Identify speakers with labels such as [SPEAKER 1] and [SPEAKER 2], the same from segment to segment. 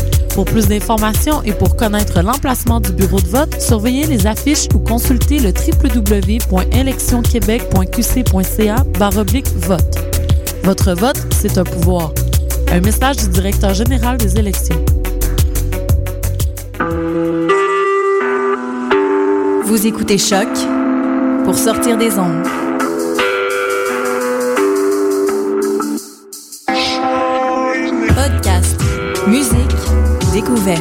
[SPEAKER 1] Pour plus d'informations et pour connaître l'emplacement du bureau de vote, surveillez les affiches ou consultez le www.électionquebec.qc.ca vote. Votre vote, c'est un pouvoir. Un message du directeur général des élections.
[SPEAKER 2] Vous écoutez Choc pour sortir des ondes. Podcast, musique, découverte.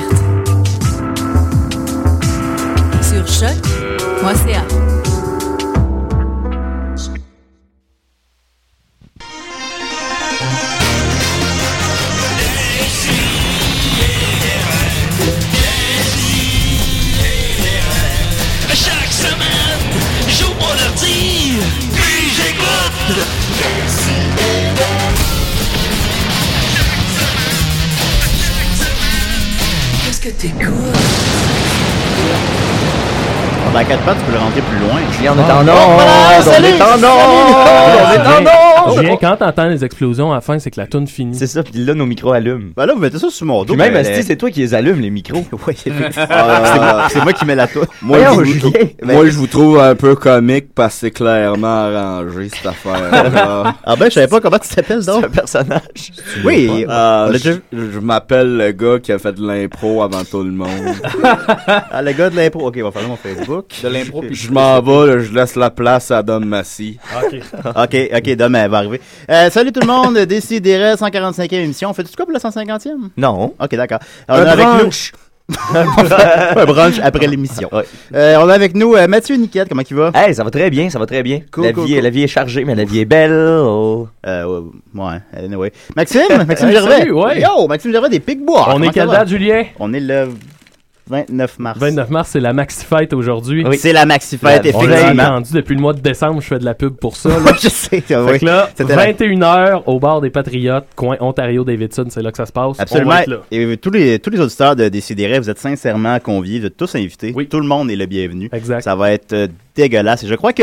[SPEAKER 2] Sur choc.ca.
[SPEAKER 3] Chaque semaine, j'ouvre mon ordi, puis j'écoute. Qu'est-ce que t'écoutes?
[SPEAKER 4] Bon, Dans 4 pattes, tu peux le rentrer plus loin.
[SPEAKER 5] on est en onde, on est en onde, on est en
[SPEAKER 6] Julien,
[SPEAKER 5] onde.
[SPEAKER 6] quand t'entends les explosions à la fin, Oh, c'est que la toune finit.
[SPEAKER 4] C'est ça, puis là, nos micros allument.
[SPEAKER 5] Ben là, vous mettez ça sur mon
[SPEAKER 4] Puis
[SPEAKER 5] dos.
[SPEAKER 4] même,
[SPEAKER 5] ben,
[SPEAKER 4] Asti,
[SPEAKER 5] euh,
[SPEAKER 4] c'est toi qui les allumes, les micros.
[SPEAKER 5] ouais, effectivement.
[SPEAKER 4] C'est moi- Ah, euh, c'est moi qui mets la toile.
[SPEAKER 5] Voyons,
[SPEAKER 4] je-
[SPEAKER 5] Julien.
[SPEAKER 4] Ben,
[SPEAKER 7] Moi, je vous trouve un peu comique parce que c'est clairement arrangé cette affaire.
[SPEAKER 4] Ah ben, je savais pas comment tu t'appelles, donc.
[SPEAKER 5] un personnage.
[SPEAKER 4] Oui,
[SPEAKER 7] Euh, je
[SPEAKER 4] le jeu-
[SPEAKER 7] je m'appelle le gars qui a fait de l'impro avant tout le monde.
[SPEAKER 4] ah, le gars de l'impro. Ok, va falloir mon Facebook.
[SPEAKER 8] De l'impro, puis
[SPEAKER 7] Je m'en vais, là, je laisse la place à Dom Massy.
[SPEAKER 4] Ok, ok, demain, elle va arriver. Euh, salut tout le monde, Décidérez, 145e émission. On fait tout quoi pour la 150e?
[SPEAKER 5] Non.
[SPEAKER 4] Ok, d'accord.
[SPEAKER 7] Un
[SPEAKER 4] on est avec nous.
[SPEAKER 7] brunch.
[SPEAKER 4] Un brunch après l'émission. Euh, on a avec nous euh, Mathieu Niquette, comment il va?
[SPEAKER 5] Hey, ça va très bien, ça va très bien.
[SPEAKER 4] Cool,
[SPEAKER 5] la,
[SPEAKER 4] cool,
[SPEAKER 5] vie,
[SPEAKER 4] cool.
[SPEAKER 5] la vie est chargée, mais la vie est belle. oh.
[SPEAKER 4] Euh, ouais, anyway. Maxime, Maxime
[SPEAKER 6] Hey,
[SPEAKER 4] Gervais.
[SPEAKER 6] salut, ouais.
[SPEAKER 4] Yo, Maxime Gervais des Picbois.
[SPEAKER 6] On est
[SPEAKER 4] Ah, Comment ça
[SPEAKER 6] quelle
[SPEAKER 4] va?
[SPEAKER 6] date, Julien?
[SPEAKER 4] On est le 29 mars.
[SPEAKER 6] 29 mars, c'est la Maxi Fête aujourd'hui.
[SPEAKER 4] Oui. C'est la maxi fête,
[SPEAKER 5] La-
[SPEAKER 6] On l'a
[SPEAKER 4] effectivement.
[SPEAKER 6] entendu depuis le mois de décembre, je fais de la pub pour ça. là.
[SPEAKER 4] je sais, oui.
[SPEAKER 6] Fait que là,
[SPEAKER 4] C'était la-
[SPEAKER 6] 21h au bar des Patriotes, coin Ontario-Davidson, c'est là que ça se passe. On
[SPEAKER 4] Absolument.
[SPEAKER 6] va être là.
[SPEAKER 4] Et euh, tous les, tous les auditeurs de Décideret, vous êtes sincèrement conviés, vous êtes tous invités.
[SPEAKER 6] Oui.
[SPEAKER 4] Tout le monde est le bienvenu.
[SPEAKER 6] Exact.
[SPEAKER 4] Ça va être euh, dégueulasse. Et je crois que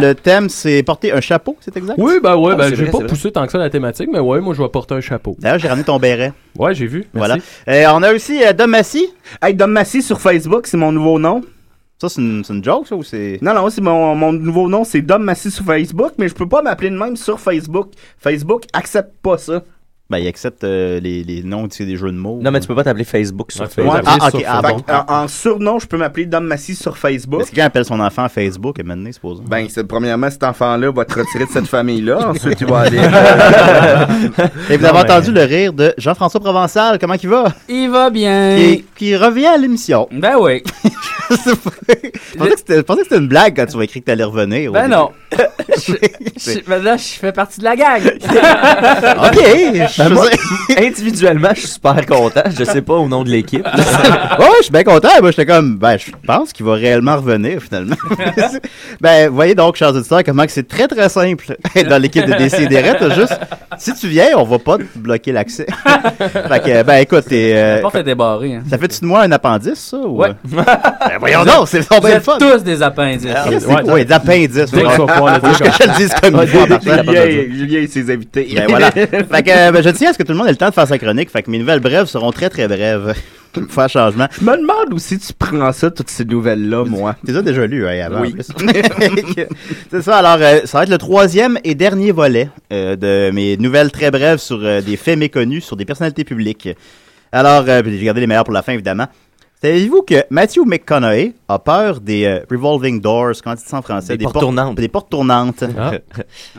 [SPEAKER 4] le thème, c'est porter un chapeau, c'est exact?
[SPEAKER 6] Oui, ben ouais,
[SPEAKER 5] Ah,
[SPEAKER 6] ben
[SPEAKER 5] c'est
[SPEAKER 6] j'ai
[SPEAKER 5] vrai,
[SPEAKER 6] pas
[SPEAKER 5] c'est
[SPEAKER 6] poussé tant que ça la thématique, mais ouais, moi je vais porter un chapeau.
[SPEAKER 4] D'ailleurs, j'ai ramené ton béret.
[SPEAKER 6] Ouais, j'ai vu.
[SPEAKER 4] Voilà.
[SPEAKER 6] Merci.
[SPEAKER 4] Euh, on a aussi euh, Dom Massy.
[SPEAKER 8] Hey, Dom Massy sur Facebook, c'est mon nouveau nom.
[SPEAKER 4] Ça, c'est une, c'est une joke, ça, ou c'est.
[SPEAKER 8] Non, non, c'est mon, mon nouveau nom, c'est Dom Massy sur Facebook, mais je peux pas m'appeler de même sur Facebook. Facebook accepte pas ça.
[SPEAKER 4] Ben, il accepte euh, les, les noms, tu sais, des jeux de mots.
[SPEAKER 5] Non, mais tu peux pas t'appeler Facebook sur
[SPEAKER 6] Ouais,
[SPEAKER 5] Facebook.
[SPEAKER 6] Facebook.
[SPEAKER 4] Ah,
[SPEAKER 6] Sur
[SPEAKER 4] ok, ah,
[SPEAKER 8] Fait
[SPEAKER 4] bon.
[SPEAKER 8] que, euh, en, en surnom, je peux m'appeler Dom Massy sur Facebook.
[SPEAKER 4] Est-ce que quelqu'un appelle son enfant Facebook et maintenant, supposons?
[SPEAKER 7] Ben, c'est- premièrement, cet enfant-là va te retirer de cette famille-là. Ensuite, il va aller.
[SPEAKER 4] Et vous
[SPEAKER 6] Non,
[SPEAKER 4] avez
[SPEAKER 6] mais-
[SPEAKER 4] entendu le rire de Jean-François Provençal, comment il va?
[SPEAKER 9] Il va bien.
[SPEAKER 4] Qui, qui revient à l'émission.
[SPEAKER 9] Ben oui.
[SPEAKER 4] je pensais que c'était- je pensais que c'était une blague quand tu m'as écrit que t'allais revenir. au
[SPEAKER 9] Ben
[SPEAKER 4] début.
[SPEAKER 9] non. Je- je- ben là, je fais partie de la gang.
[SPEAKER 4] Ok. je
[SPEAKER 5] moi-
[SPEAKER 4] faisais-
[SPEAKER 5] Individuellement, je suis super content. Je sais pas au nom de l'équipe.
[SPEAKER 4] ouais, je suis bien content. Moi, j'étais comme, ben, je pense qu'il va réellement revenir finalement. ben, voyez donc, chers auditeurs, comment que c'est très très simple dans l'équipe de DCDR. T'as juste, si tu viens, on va pas te bloquer l'accès. fait que, ben, écoute, t'es, euh,
[SPEAKER 9] Pas fait débarrer. Hein.
[SPEAKER 4] ça fait-tu de moi un appendice, ça? Ou...
[SPEAKER 9] Ouais.
[SPEAKER 4] Ben, voyons donc, c'est donc
[SPEAKER 9] Vous
[SPEAKER 4] bien le
[SPEAKER 9] êtes
[SPEAKER 4] fun.
[SPEAKER 9] tous des appendices.
[SPEAKER 4] Ah, c'est quoi, des appendices,
[SPEAKER 9] Dès que
[SPEAKER 4] ouais.
[SPEAKER 9] tu vas pouvoir le dire
[SPEAKER 4] Faut que
[SPEAKER 9] comme
[SPEAKER 4] je le dise comme
[SPEAKER 8] Ah,
[SPEAKER 4] il faut,
[SPEAKER 8] Julien-
[SPEAKER 4] parfait, la bonne chose.
[SPEAKER 8] Julien et ses invités.
[SPEAKER 4] Ben voilà. Fait que, euh, ben, je tiens à ce que tout le monde ait le temps de faire sa chronique. Fait que mes nouvelles brèves seront très très brèves. Faut faire changement.
[SPEAKER 8] Je me demande aussi tu prends ça, toutes ces nouvelles-là, moi.
[SPEAKER 4] Tu les as déjà lues, hein, avant. en
[SPEAKER 8] Oui.
[SPEAKER 4] plus. C'est ça, alors euh, ça va être le troisième et dernier volet euh, de mes nouvelles très brèves sur euh, des faits méconnus, sur des personnalités publiques. Alors, euh, puis j'ai gardé les meilleurs pour la fin, évidemment. Savez-vous que Matthew McConaughey a peur des euh, revolving doors, quand dit ça en français?
[SPEAKER 10] Des portes tournantes.
[SPEAKER 4] Des portes tournantes.
[SPEAKER 10] Ah.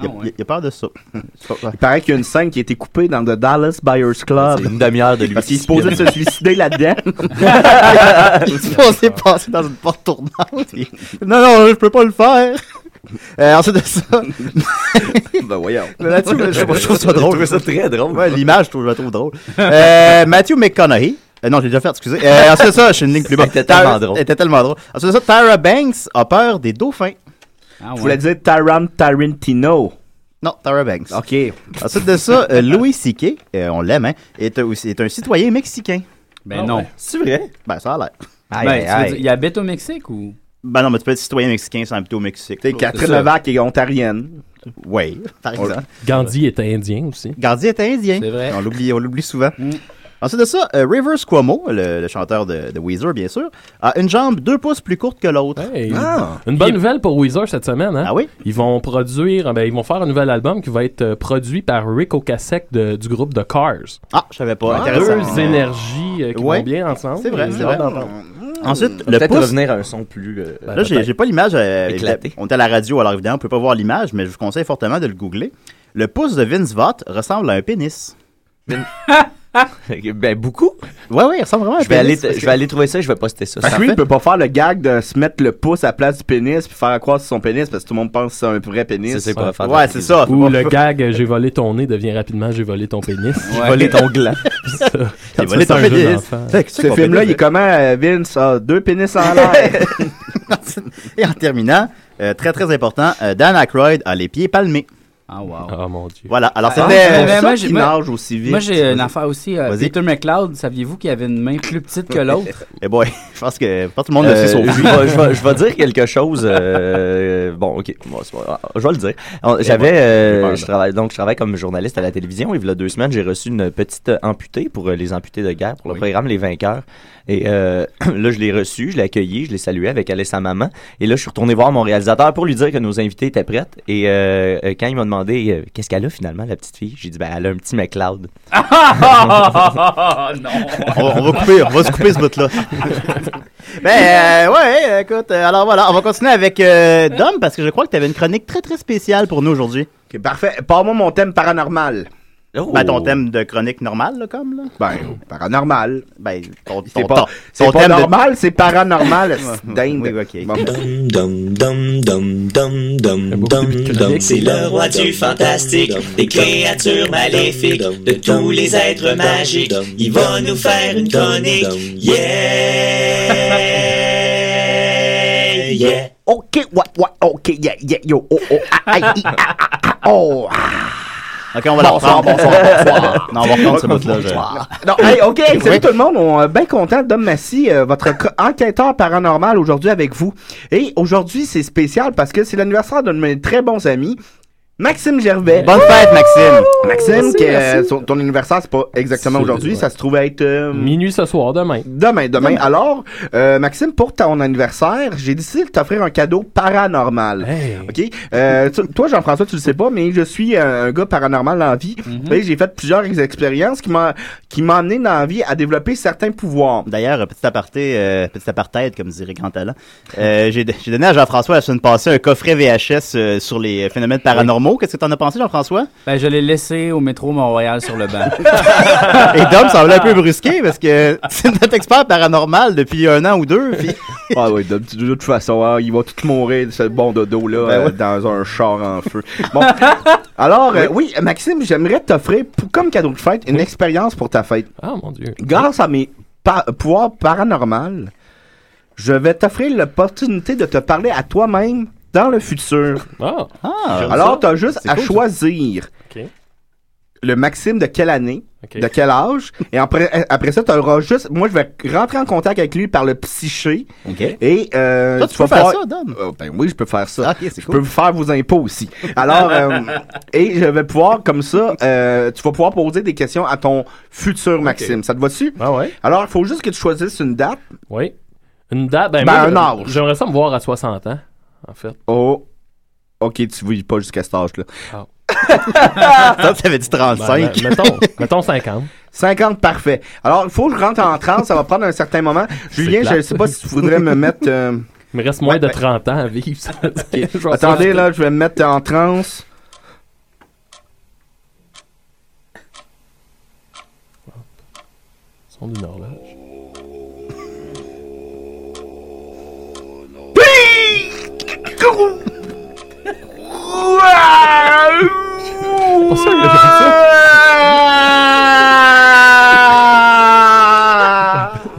[SPEAKER 4] Il, a, il a peur de ça.
[SPEAKER 8] Il paraît qu'il y a une scène qui a été coupée dans The Dallas Buyers Club.
[SPEAKER 10] Une demi-heure de lui.
[SPEAKER 8] Ah, Parce qu'il se posait de se suicider là-dedans.
[SPEAKER 4] Il se pensait passer dans une porte tournante. Il- Non, non, je peux pas le faire. Euh, ensuite de ça.
[SPEAKER 7] ben voyons.
[SPEAKER 4] Mais Mathieu, je, je trouve ça
[SPEAKER 7] J'ai
[SPEAKER 4] drôle.
[SPEAKER 7] trouvé ça très drôle.
[SPEAKER 4] Ouais, l'image, je trouve, je la trouve drôle. Euh, Matthew McConaughey. Euh, non, j'ai déjà fait, excusez. Euh, ensuite de ça, je suis une ligne plus bas. C'était
[SPEAKER 10] tellement drôle.
[SPEAKER 4] Était tellement drôle. Ensuite de ça, Tyra Banks a peur des dauphins.
[SPEAKER 9] Ah
[SPEAKER 8] Je voulais dire Taran Tarantino.
[SPEAKER 4] Non, Tyra Banks.
[SPEAKER 8] OK.
[SPEAKER 4] Ensuite de ça, euh, Louis C.K., euh, on l'aime, hein, est, aussi- est un citoyen mexicain.
[SPEAKER 9] Ben
[SPEAKER 5] Ah
[SPEAKER 9] non.
[SPEAKER 4] C'est vrai? Ben, ça a l'air.
[SPEAKER 9] Ben, tu veux dire, il habite au Mexique ou
[SPEAKER 4] Ben non, mais tu peux être citoyen mexicain sans habiter au Mexique.
[SPEAKER 8] T'es Catherine Levac est ontarienne.
[SPEAKER 4] Oui, par
[SPEAKER 8] On-
[SPEAKER 4] exemple.
[SPEAKER 6] Gandhi était indien aussi.
[SPEAKER 4] Gandhi était indien.
[SPEAKER 9] C'est vrai.
[SPEAKER 4] On l'oublie, on l'oublie souvent. Ensuite de ça, euh, Rivers Cuomo, le, le chanteur de, de Weezer, bien sûr, a une jambe deux pouces plus courte que l'autre.
[SPEAKER 6] Hey, Une bonne nouvelle pour Weezer cette semaine. Hein?
[SPEAKER 4] Ah oui?
[SPEAKER 6] Ils vont produire, ben, ils vont faire un nouvel album qui va être euh, produit par Rick Ocasek de- du groupe The Cars.
[SPEAKER 4] Ah, je savais pas. Intéressant.
[SPEAKER 6] Deux énergies euh, qui
[SPEAKER 4] Ouais.
[SPEAKER 6] vont bien ensemble.
[SPEAKER 4] C'est vrai,
[SPEAKER 6] Et
[SPEAKER 4] c'est
[SPEAKER 6] j'ai
[SPEAKER 4] vrai.
[SPEAKER 6] hâte d'entendre.
[SPEAKER 4] Ensuite, le
[SPEAKER 10] Peut-être
[SPEAKER 4] pouce.
[SPEAKER 10] revenir à un son plus. euh,
[SPEAKER 9] Ben,
[SPEAKER 4] Là, j'ai j'ai pas l'image. euh,
[SPEAKER 10] Éclaté.
[SPEAKER 4] évidemment, On est à la radio, alors évidemment, on peut pas voir l'image, mais je vous conseille fortement de le googler. Le pouce de Vince Vaught ressemble à un pénis.
[SPEAKER 10] ben, beaucoup.
[SPEAKER 4] Ouais, ouais, il ressemble vraiment à un
[SPEAKER 10] Je vais, aller,
[SPEAKER 4] pénis.
[SPEAKER 10] je vais aller trouver ça et je vais poster ça.
[SPEAKER 8] Parce
[SPEAKER 10] Ça
[SPEAKER 8] que lui,
[SPEAKER 10] fait-
[SPEAKER 8] il peut pas faire le gag de se mettre le pouce à la place du pénis puis faire croire que c'est son pénis parce que tout le monde pense que c'est un vrai
[SPEAKER 10] Ça,
[SPEAKER 8] pénis.
[SPEAKER 10] c'est pour la faire.
[SPEAKER 4] Ouais, c'est ça.
[SPEAKER 6] Ou
[SPEAKER 4] Bon,
[SPEAKER 6] le gag euh, J'ai volé ton nez devient rapidement J'ai volé ton pénis.
[SPEAKER 10] J'ai volé ton gland.
[SPEAKER 6] Ça,
[SPEAKER 4] J'ai volé
[SPEAKER 6] ça,
[SPEAKER 4] ton
[SPEAKER 6] c'est un jeu
[SPEAKER 4] pénis.
[SPEAKER 6] d'enfant.
[SPEAKER 4] Fait que c'est
[SPEAKER 8] Ce
[SPEAKER 4] qu'on
[SPEAKER 8] film-là,
[SPEAKER 4] pénis,
[SPEAKER 8] il est comment, euh, Vince? Ah, deux pénis en l'air.
[SPEAKER 4] Et en terminant, euh, très très important, euh, Dan Aykroyd a les pieds palmés.
[SPEAKER 9] Ah wow.
[SPEAKER 6] Ah mon dieu.
[SPEAKER 4] Voilà, alors
[SPEAKER 9] Ah,
[SPEAKER 4] c'était...
[SPEAKER 9] mais- mais moi, j'ai-
[SPEAKER 8] Il
[SPEAKER 9] moi-
[SPEAKER 8] nage aussi vite.
[SPEAKER 9] Moi, j'ai une affaire aussi. euh,
[SPEAKER 4] Vas-y.
[SPEAKER 9] Peter McLeod, saviez-vous qu'il avait une main plus petite que l'autre?
[SPEAKER 4] Eh boy, je pense que pas tout le monde le
[SPEAKER 10] Euh,
[SPEAKER 4] sait
[SPEAKER 10] je,
[SPEAKER 4] sauf lui.
[SPEAKER 10] vais, je vais- je vais dire quelque chose. euh, bon, ok, Bon, c'est pas grave. je vais le dire. On- J'avais, euh,
[SPEAKER 7] peur, là.
[SPEAKER 10] je travaille donc je travaille comme journaliste à la télévision. Et il y a deux semaines, j'ai reçu une petite euh, amputée pour euh, les amputés de guerre pour le programme Les Vainqueurs. Et euh, là, je l'ai reçu, je l'ai accueilli, je l'ai salué avec elle et sa maman. Et là, je suis retourné voir mon réalisateur pour lui dire que nos invités étaient prêtes. Et euh, euh, quand il m'a demandé euh, qu'est-ce qu'elle a finalement la petite fille, j'ai dit ben elle a un petit McLeod.
[SPEAKER 9] Ah non!
[SPEAKER 4] On, on va couper, on va se couper ce bout-là. ben euh, ouais, écoute, euh, alors voilà, on va continuer avec euh, Dom, parce que je crois que tu avais une chronique très très spéciale pour nous aujourd'hui.
[SPEAKER 8] Ok, parfait. Parle-moi mon thème paranormal.
[SPEAKER 4] Ben ton thème de chronique normale, là, comme, là.
[SPEAKER 8] Ben, paranormal.
[SPEAKER 4] Ben, ton, ton,
[SPEAKER 8] C'est
[SPEAKER 4] ton-
[SPEAKER 8] pas, c'est
[SPEAKER 4] ton
[SPEAKER 8] pas
[SPEAKER 4] thème de-
[SPEAKER 8] normal, c'est paranormal. c'est dingue.
[SPEAKER 4] Oui, ok.
[SPEAKER 8] Bon.
[SPEAKER 11] Dum dum dum dum dum
[SPEAKER 6] beaucoup de
[SPEAKER 11] dum
[SPEAKER 6] trucs.
[SPEAKER 11] dum.
[SPEAKER 6] C'est
[SPEAKER 11] le roi du fantastique, des créatures maléfiques, de tous les êtres magiques. Il va nous faire une chronique. Yeah, yeah.
[SPEAKER 8] Ok, what, what, ok, yeah, yeah, yo, oh, oh, ah, ah, i, ah, ah, ah, oh. ah.
[SPEAKER 4] Ok, on va la reprendre. Non, on va reprendre ce bout-là. je-
[SPEAKER 8] Non, hey, ok, salut tout le monde, on est bien content. Dom Massy, euh, votre co- enquêteur paranormal aujourd'hui avec vous. Et aujourd'hui, c'est spécial parce que c'est l'anniversaire d'un de mes très bons amis, Maxime Gervais.
[SPEAKER 4] Bonne fête, Maxime.
[SPEAKER 8] Maxime,
[SPEAKER 6] Merci,
[SPEAKER 8] que,
[SPEAKER 6] merci.
[SPEAKER 8] euh, son- ton anniversaire, c'est pas exactement
[SPEAKER 6] C'est-
[SPEAKER 8] aujourd'hui,
[SPEAKER 6] ouais.
[SPEAKER 8] ça se trouve être... euh,
[SPEAKER 6] Minuit ce soir, demain.
[SPEAKER 8] Demain, demain. Alors, euh, Maxime, pour ton anniversaire, j'ai décidé de t'offrir un cadeau paranormal.
[SPEAKER 6] Hey.
[SPEAKER 8] OK? Euh, tu- toi, Jean-François, tu le sais pas, mais je suis un, un gars paranormal dans la vie. Et J'ai fait plusieurs ex- expériences qui m'ont qui m'ont amené dans la vie à développer certains pouvoirs.
[SPEAKER 4] D'ailleurs, euh, petit aparté, euh, petit apartheid, comme dirait Grand Talent. Euh, j'ai j'ai donné à Jean-François la semaine passée un coffret VHS euh, sur les phénomènes paranormaux. Qu'est-ce que t'en as pensé, Jean-François?
[SPEAKER 9] Ben, je l'ai laissé au métro Montréal sur le banc.
[SPEAKER 4] Et Dom semblait un peu brusqué parce que c'est notre expert paranormal depuis un an ou deux. Puis...
[SPEAKER 8] Ah oui, de, de toute façon, hein, il va tout mourir, ce bon dodo-là,
[SPEAKER 4] Ben
[SPEAKER 8] euh,
[SPEAKER 4] ouais.
[SPEAKER 8] dans un char en feu. Bon, alors, euh, oui, Maxime, j'aimerais t'offrir, pour- comme cadeau de fête, une expérience pour ta fête.
[SPEAKER 6] Ah mon dieu.
[SPEAKER 8] Grâce à mes pa- pouvoirs paranormaux, je vais t'offrir l'opportunité de te parler à toi-même dans le futur.
[SPEAKER 6] Ah.
[SPEAKER 4] Ah,
[SPEAKER 8] Alors, tu as juste
[SPEAKER 4] C'est
[SPEAKER 8] à
[SPEAKER 4] cool, ça.
[SPEAKER 8] choisir
[SPEAKER 6] Ok.
[SPEAKER 8] le Maxime de quelle année, de quel âge. Et après, après ça, tu auras juste. Moi, je vais rentrer en contact avec lui par le psyché.
[SPEAKER 10] OK.
[SPEAKER 8] Et. Euh,
[SPEAKER 4] Toi, tu peux
[SPEAKER 8] vas
[SPEAKER 4] faire
[SPEAKER 8] pouvoir-
[SPEAKER 4] ça, Dom?
[SPEAKER 8] Euh, ben oui, je peux faire ça.
[SPEAKER 4] Ah, c'est
[SPEAKER 8] je peux vous faire vos impôts aussi. Alors, euh, et je vais pouvoir, comme ça, euh, tu vas pouvoir poser des questions à ton futur Maxime. Ça te va-tu? Alors, il faut juste que tu choisisses une date.
[SPEAKER 6] Ah, Oui. Une date, ben,
[SPEAKER 8] Ben,
[SPEAKER 6] moi,
[SPEAKER 8] un
[SPEAKER 6] je-
[SPEAKER 8] âge.
[SPEAKER 6] J'aimerais ça me voir à 60 ans, en fait.
[SPEAKER 8] Oh. OK, tu ne pas jusqu'à cet âge-là.
[SPEAKER 6] Ah.
[SPEAKER 8] Ça, tu avais dit 35.
[SPEAKER 6] Ben, ben, mettons- mettons 50.
[SPEAKER 8] 50, parfait. Alors, il faut que je rentre en transe. Ça va prendre un certain moment. Julien,
[SPEAKER 6] plate.
[SPEAKER 8] je ne sais pas si tu voudrais me mettre... euh,
[SPEAKER 6] Il me reste moins de 30 ans à vivre. ça. Je vais
[SPEAKER 8] Attendez,
[SPEAKER 6] sortir.
[SPEAKER 8] là, je vais me mettre en transe.
[SPEAKER 6] Son d'une horloge.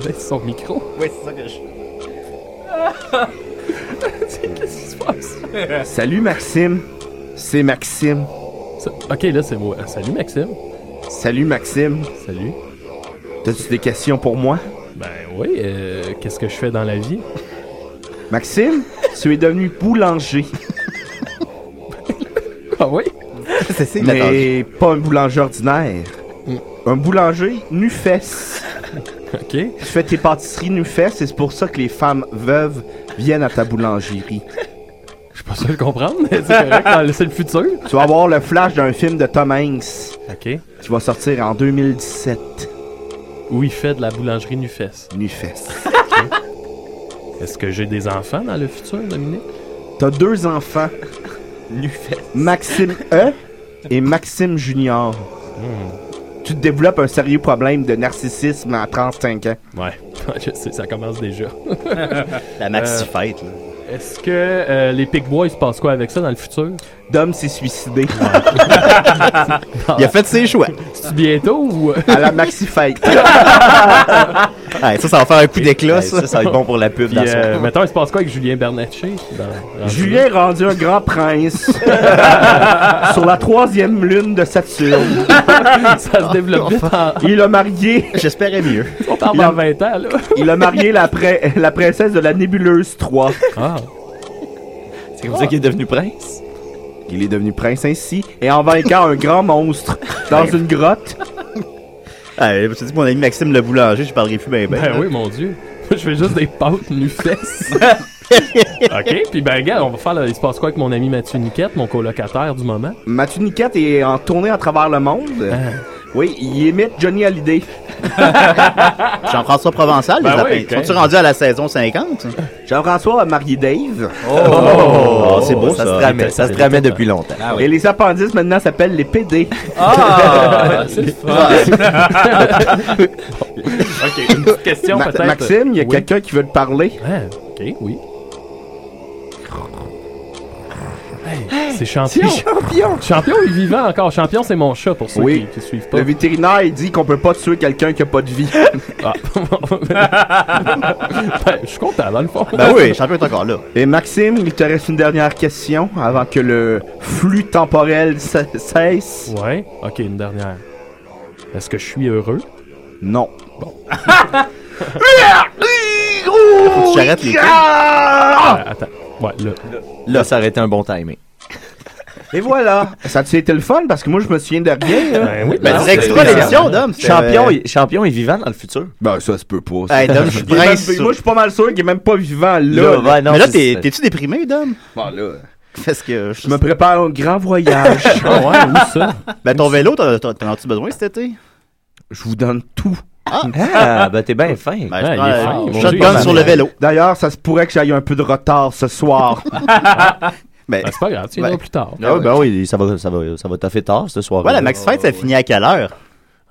[SPEAKER 6] Baisse son micro.
[SPEAKER 4] Oui, c'est ça que je.
[SPEAKER 8] Salut, Maxime. C'est Maxime.
[SPEAKER 6] Ok, là, c'est moi. Salut, Maxime.
[SPEAKER 8] Salut, Maxime.
[SPEAKER 6] Salut.
[SPEAKER 8] T'as-tu des questions pour moi?
[SPEAKER 6] Ben oui, euh, qu'est-ce que je fais dans la vie?
[SPEAKER 8] Maxime, tu es devenu boulanger.
[SPEAKER 6] ah oui?
[SPEAKER 8] Mais pas un boulanger ordinaire. Un boulanger nu-fesse.
[SPEAKER 6] OK. Tu
[SPEAKER 8] fais tes pâtisseries nu-fesses et c'est pour ça que les femmes veuves viennent à ta boulangerie.
[SPEAKER 6] Je suis pas sûr de comprendre, mais c'est correct. dans le- C'est le futur.
[SPEAKER 8] Tu vas avoir le flash d'un film de Tom Hanks
[SPEAKER 6] OK.
[SPEAKER 8] qui va sortir en 2017.
[SPEAKER 6] Où il fait de la boulangerie nu-fesse.
[SPEAKER 8] Nu-fesse.
[SPEAKER 6] Est-ce que j'ai des enfants dans le futur, Dominique?
[SPEAKER 8] T'as deux enfants,
[SPEAKER 6] Nu-fesse.
[SPEAKER 8] Maxime E et Maxime Junior. Tu te développes un sérieux problème de narcissisme à 35 ans.
[SPEAKER 6] Ouais, je sais, ça commence déjà.
[SPEAKER 8] La maxi-fête,
[SPEAKER 6] là. Est-ce que euh, les Pigbois, il se passe quoi avec ça dans le futur?
[SPEAKER 8] Dom s'est suicidé.
[SPEAKER 4] Il a fait ses choix.
[SPEAKER 6] C'est bientôt ou.
[SPEAKER 8] À la maxi-fête.
[SPEAKER 4] Ah, ça, ça va faire un coup d'éclat,
[SPEAKER 6] Ouais,
[SPEAKER 4] ça.
[SPEAKER 6] ça, ça va être bon pour
[SPEAKER 4] la
[SPEAKER 6] Puis, euh, mettons, il se passe quoi avec Julien Bernatchez? dans- dans-
[SPEAKER 8] Julien est rendu un grand prince sur la troisième lune de Saturne.
[SPEAKER 6] Ça se développe vite en-
[SPEAKER 8] Il a marié. J'espérais mieux.
[SPEAKER 6] On parle
[SPEAKER 8] Il a-
[SPEAKER 6] dans 20 ans, là.
[SPEAKER 8] Il a marié la, prin- la princesse de la nébuleuse 3.
[SPEAKER 10] C'est comme ça qu'il est devenu prince?
[SPEAKER 8] Il est devenu prince ainsi et en vainquant un grand monstre dans une grotte.
[SPEAKER 4] Ah, je me suis dit, mon ami Maxime le boulanger, je parlerai plus bien.
[SPEAKER 6] Ben, oui, mon Dieu. Moi, je fais juste des pâtes nu-fesses. OK, puis ben, gars, on va faire. le- Il se passe quoi avec mon ami Mathieu Niquette, mon colocataire du moment?
[SPEAKER 8] Mathieu Niquette est en tournée à travers le monde.
[SPEAKER 4] Ah.
[SPEAKER 8] Oui, il imite Johnny Hallyday.
[SPEAKER 4] Jean-François Provençal,
[SPEAKER 8] Ben
[SPEAKER 4] les
[SPEAKER 8] oui,
[SPEAKER 4] appels.
[SPEAKER 8] quand
[SPEAKER 4] Sont-tu
[SPEAKER 8] même.
[SPEAKER 4] rendus à la saison 50?
[SPEAKER 8] Jean-François a marié Dave.
[SPEAKER 4] Oh, c'est beau ça. Ah
[SPEAKER 8] Et les appendices maintenant s'appellent les PD.
[SPEAKER 3] Ah, c'est le fun.
[SPEAKER 6] ok, une petite question
[SPEAKER 8] Ma-
[SPEAKER 6] peut-être.
[SPEAKER 8] Maxime, il y
[SPEAKER 6] Oui.
[SPEAKER 8] a
[SPEAKER 6] Ah,
[SPEAKER 8] quelqu'un qui veut te parler.
[SPEAKER 6] ok, oui. C'est champion.
[SPEAKER 8] champion.
[SPEAKER 6] Champion est vivant encore. Champion, c'est mon chat pour ceux
[SPEAKER 8] Oui.
[SPEAKER 6] qui, qui suivent pas.
[SPEAKER 8] Le vétérinaire, il dit qu'on peut pas tuer quelqu'un qui a pas de vie.
[SPEAKER 6] Ah. Ben, je suis content dans le fond.
[SPEAKER 4] Ben champion est encore là.
[SPEAKER 8] Et Maxime, il te reste une dernière question avant que le flux temporel se- cesse.
[SPEAKER 6] Ouais. Ok, une dernière. Est-ce que je suis heureux?
[SPEAKER 8] Non.
[SPEAKER 6] Bon.
[SPEAKER 4] Faut que j'arrête les trucs.
[SPEAKER 6] Euh, attends. Ouais, là.
[SPEAKER 10] Là, ça aurait été un bon timing.
[SPEAKER 8] Et voilà. Ça a-tu été le fun? Parce que moi, je me souviens de rien. là.
[SPEAKER 10] Ben
[SPEAKER 4] oui, Ben, non, direct c'était- pas l'émission, Dom, euh, c'était-
[SPEAKER 10] Champion, est- champion est vivant dans le futur.
[SPEAKER 8] Ben, ça se peut pas.
[SPEAKER 4] Hey, Dom, je suis
[SPEAKER 8] Il est
[SPEAKER 4] prince
[SPEAKER 8] même-
[SPEAKER 4] sur-
[SPEAKER 8] Moi, je suis pas mal sûr qu'il est même pas vivant là.
[SPEAKER 4] Là, ouais, non, Mais là, c'est- t'es- c'est- t'es-tu
[SPEAKER 8] déprimé, Dom? Bon, là.
[SPEAKER 4] Parce que je
[SPEAKER 8] me prépare un grand voyage.
[SPEAKER 4] Ah ouais, où
[SPEAKER 6] ça?
[SPEAKER 4] Ben, ton vélo, t'en t'en- t'en as-tu besoin cet été?
[SPEAKER 8] Je vous donne tout.
[SPEAKER 4] Ah,
[SPEAKER 10] Ah, ben, t'es bien fin.
[SPEAKER 4] Ben, je prends, euh, shotgun sur le vélo.
[SPEAKER 8] D'ailleurs, ça se pourrait que j'aille un peu de retard ce soir.
[SPEAKER 4] Ben,
[SPEAKER 6] c'est pas grave, tu
[SPEAKER 4] ben-
[SPEAKER 6] viendras plus tard.
[SPEAKER 10] Ah, ben oui, ça va, ça va, ça va taffer tard ce soir.
[SPEAKER 4] Ouais, la Max Fête, ça finit à quelle heure?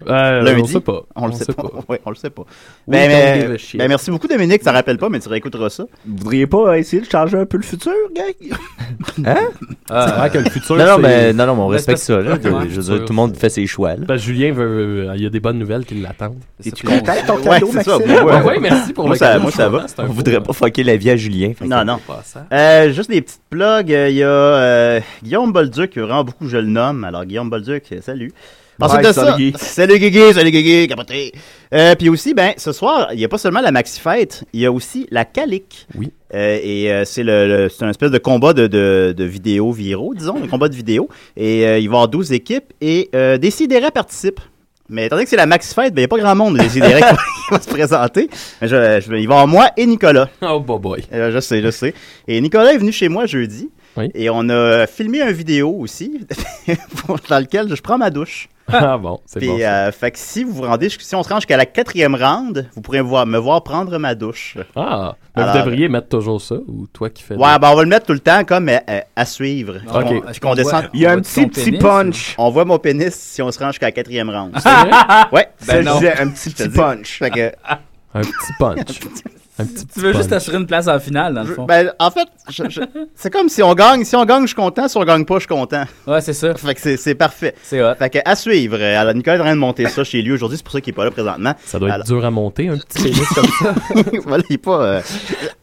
[SPEAKER 6] Euh,
[SPEAKER 4] Lundi?
[SPEAKER 6] on sait pas.
[SPEAKER 4] On le
[SPEAKER 6] On
[SPEAKER 4] sait,
[SPEAKER 6] sait
[SPEAKER 4] pas. Ouais, on le sait pas.
[SPEAKER 6] We
[SPEAKER 4] Ben,
[SPEAKER 6] don't
[SPEAKER 4] mais-
[SPEAKER 6] give a shit.
[SPEAKER 4] ben, merci beaucoup, Dominique. Ça rappelle pas, mais tu réécouteras ça.
[SPEAKER 8] Vous voudriez pas euh, essayer de changer un peu le futur, gang?
[SPEAKER 10] Hein?
[SPEAKER 4] Ah.
[SPEAKER 6] C'est vrai que le futur,
[SPEAKER 10] Non, non,
[SPEAKER 6] c'est-
[SPEAKER 10] mais, non, non, mais on
[SPEAKER 6] Ben,
[SPEAKER 10] respecte
[SPEAKER 6] c'est
[SPEAKER 10] ça.
[SPEAKER 6] parce-
[SPEAKER 10] Là,
[SPEAKER 6] Ouais,
[SPEAKER 10] je veux
[SPEAKER 6] futur,
[SPEAKER 10] dire, tout le monde fait ses choix. Là.
[SPEAKER 6] Ben, Julien veut, euh, il y a des bonnes nouvelles qui l'attendent.
[SPEAKER 4] Es-tu content de ton cadeau,
[SPEAKER 10] c'est ça,
[SPEAKER 4] Maxime?
[SPEAKER 10] ben
[SPEAKER 4] Ouais,
[SPEAKER 6] ouais, merci pour
[SPEAKER 10] moi,
[SPEAKER 6] le
[SPEAKER 10] ça,
[SPEAKER 6] cadeau,
[SPEAKER 10] Moi,
[SPEAKER 6] je
[SPEAKER 10] ça
[SPEAKER 6] comprends,
[SPEAKER 10] va.
[SPEAKER 6] c'est un
[SPEAKER 10] On
[SPEAKER 6] beau-
[SPEAKER 10] voudrait pas fucker la vie à Julien. fait que-
[SPEAKER 4] Non, non. Euh, juste des petites plugs. euh, Il y a euh, Guillaume Bolduc, qui rend beaucoup, je le nomme. Alors, Guillaume Bolduc, euh, salut. Ensuite
[SPEAKER 8] Bye,
[SPEAKER 4] de
[SPEAKER 8] salut
[SPEAKER 4] ça,
[SPEAKER 8] Guy.
[SPEAKER 4] salut Guigui, salut Guigui, capoté. Euh, puis aussi, ben, ce soir, il n'y a pas seulement la Maxi Fête, il y a aussi la Calique.
[SPEAKER 6] Oui.
[SPEAKER 4] et euh, c'est le, le- c'est un espèce de combat de, de, de vidéos viraux, disons, un combat de vidéos. Et euh, il va y avoir 12 équipes et euh, Décideret participe. Mais étant donné que c'est la Maxi Fête, ben, il n'y a pas grand monde de Décideret qui va- qui va se présenter. Mais je, je, il va y avoir moi et Nicolas.
[SPEAKER 6] Oh, boy, boy.
[SPEAKER 4] Euh, je sais, je sais. Et Nicolas est venu chez moi jeudi. Et on a filmé une vidéo aussi pour- dans lequel je prends ma douche.
[SPEAKER 6] Ah bon, c'est
[SPEAKER 4] Puis,
[SPEAKER 6] bon, ça.
[SPEAKER 4] euh, fait que si vous vous rendez, jusqu- si on se rend jusqu'à la quatrième ronde, vous pourrez voir, me voir prendre ma douche.
[SPEAKER 6] Ah, mais vous
[SPEAKER 4] Alors,
[SPEAKER 6] devriez mettre toujours ça, ou toi qui fais.
[SPEAKER 4] Ouais, ben on va le mettre tout le temps comme euh, euh, à suivre.
[SPEAKER 6] Ok.
[SPEAKER 4] Puis qu'on-
[SPEAKER 6] Est-ce
[SPEAKER 4] puis
[SPEAKER 6] qu'on
[SPEAKER 4] qu'on
[SPEAKER 6] voit-
[SPEAKER 4] descend.
[SPEAKER 6] Il y a on un voit petit, ton petit pénis, punch.
[SPEAKER 4] On voit mon pénis si on se rend jusqu'à la quatrième ronde.
[SPEAKER 6] C'est vrai?
[SPEAKER 4] Ouais.
[SPEAKER 6] Ben non.
[SPEAKER 4] Je te dis. Fait que-
[SPEAKER 6] Un petit punch. un petit
[SPEAKER 12] Tu veux
[SPEAKER 6] punch.
[SPEAKER 12] juste t'assurer une place en finale, dans le fond.
[SPEAKER 4] Ben, en fait, je- je- c'est comme si on gagne. Si on gagne, je suis content. Si on gagne pas, je suis content.
[SPEAKER 12] Ouais, c'est ça.
[SPEAKER 4] Fait que c'est- c'est parfait.
[SPEAKER 12] C'est vrai.
[SPEAKER 4] Fait que à suivre. Euh, Alors, Nicolas est en train de monter ça chez lui aujourd'hui. C'est pour ça qu'il est pas là présentement.
[SPEAKER 6] Ça doit être dur à monter, un petit pénis comme ça.
[SPEAKER 4] voilà, il est pas. euh,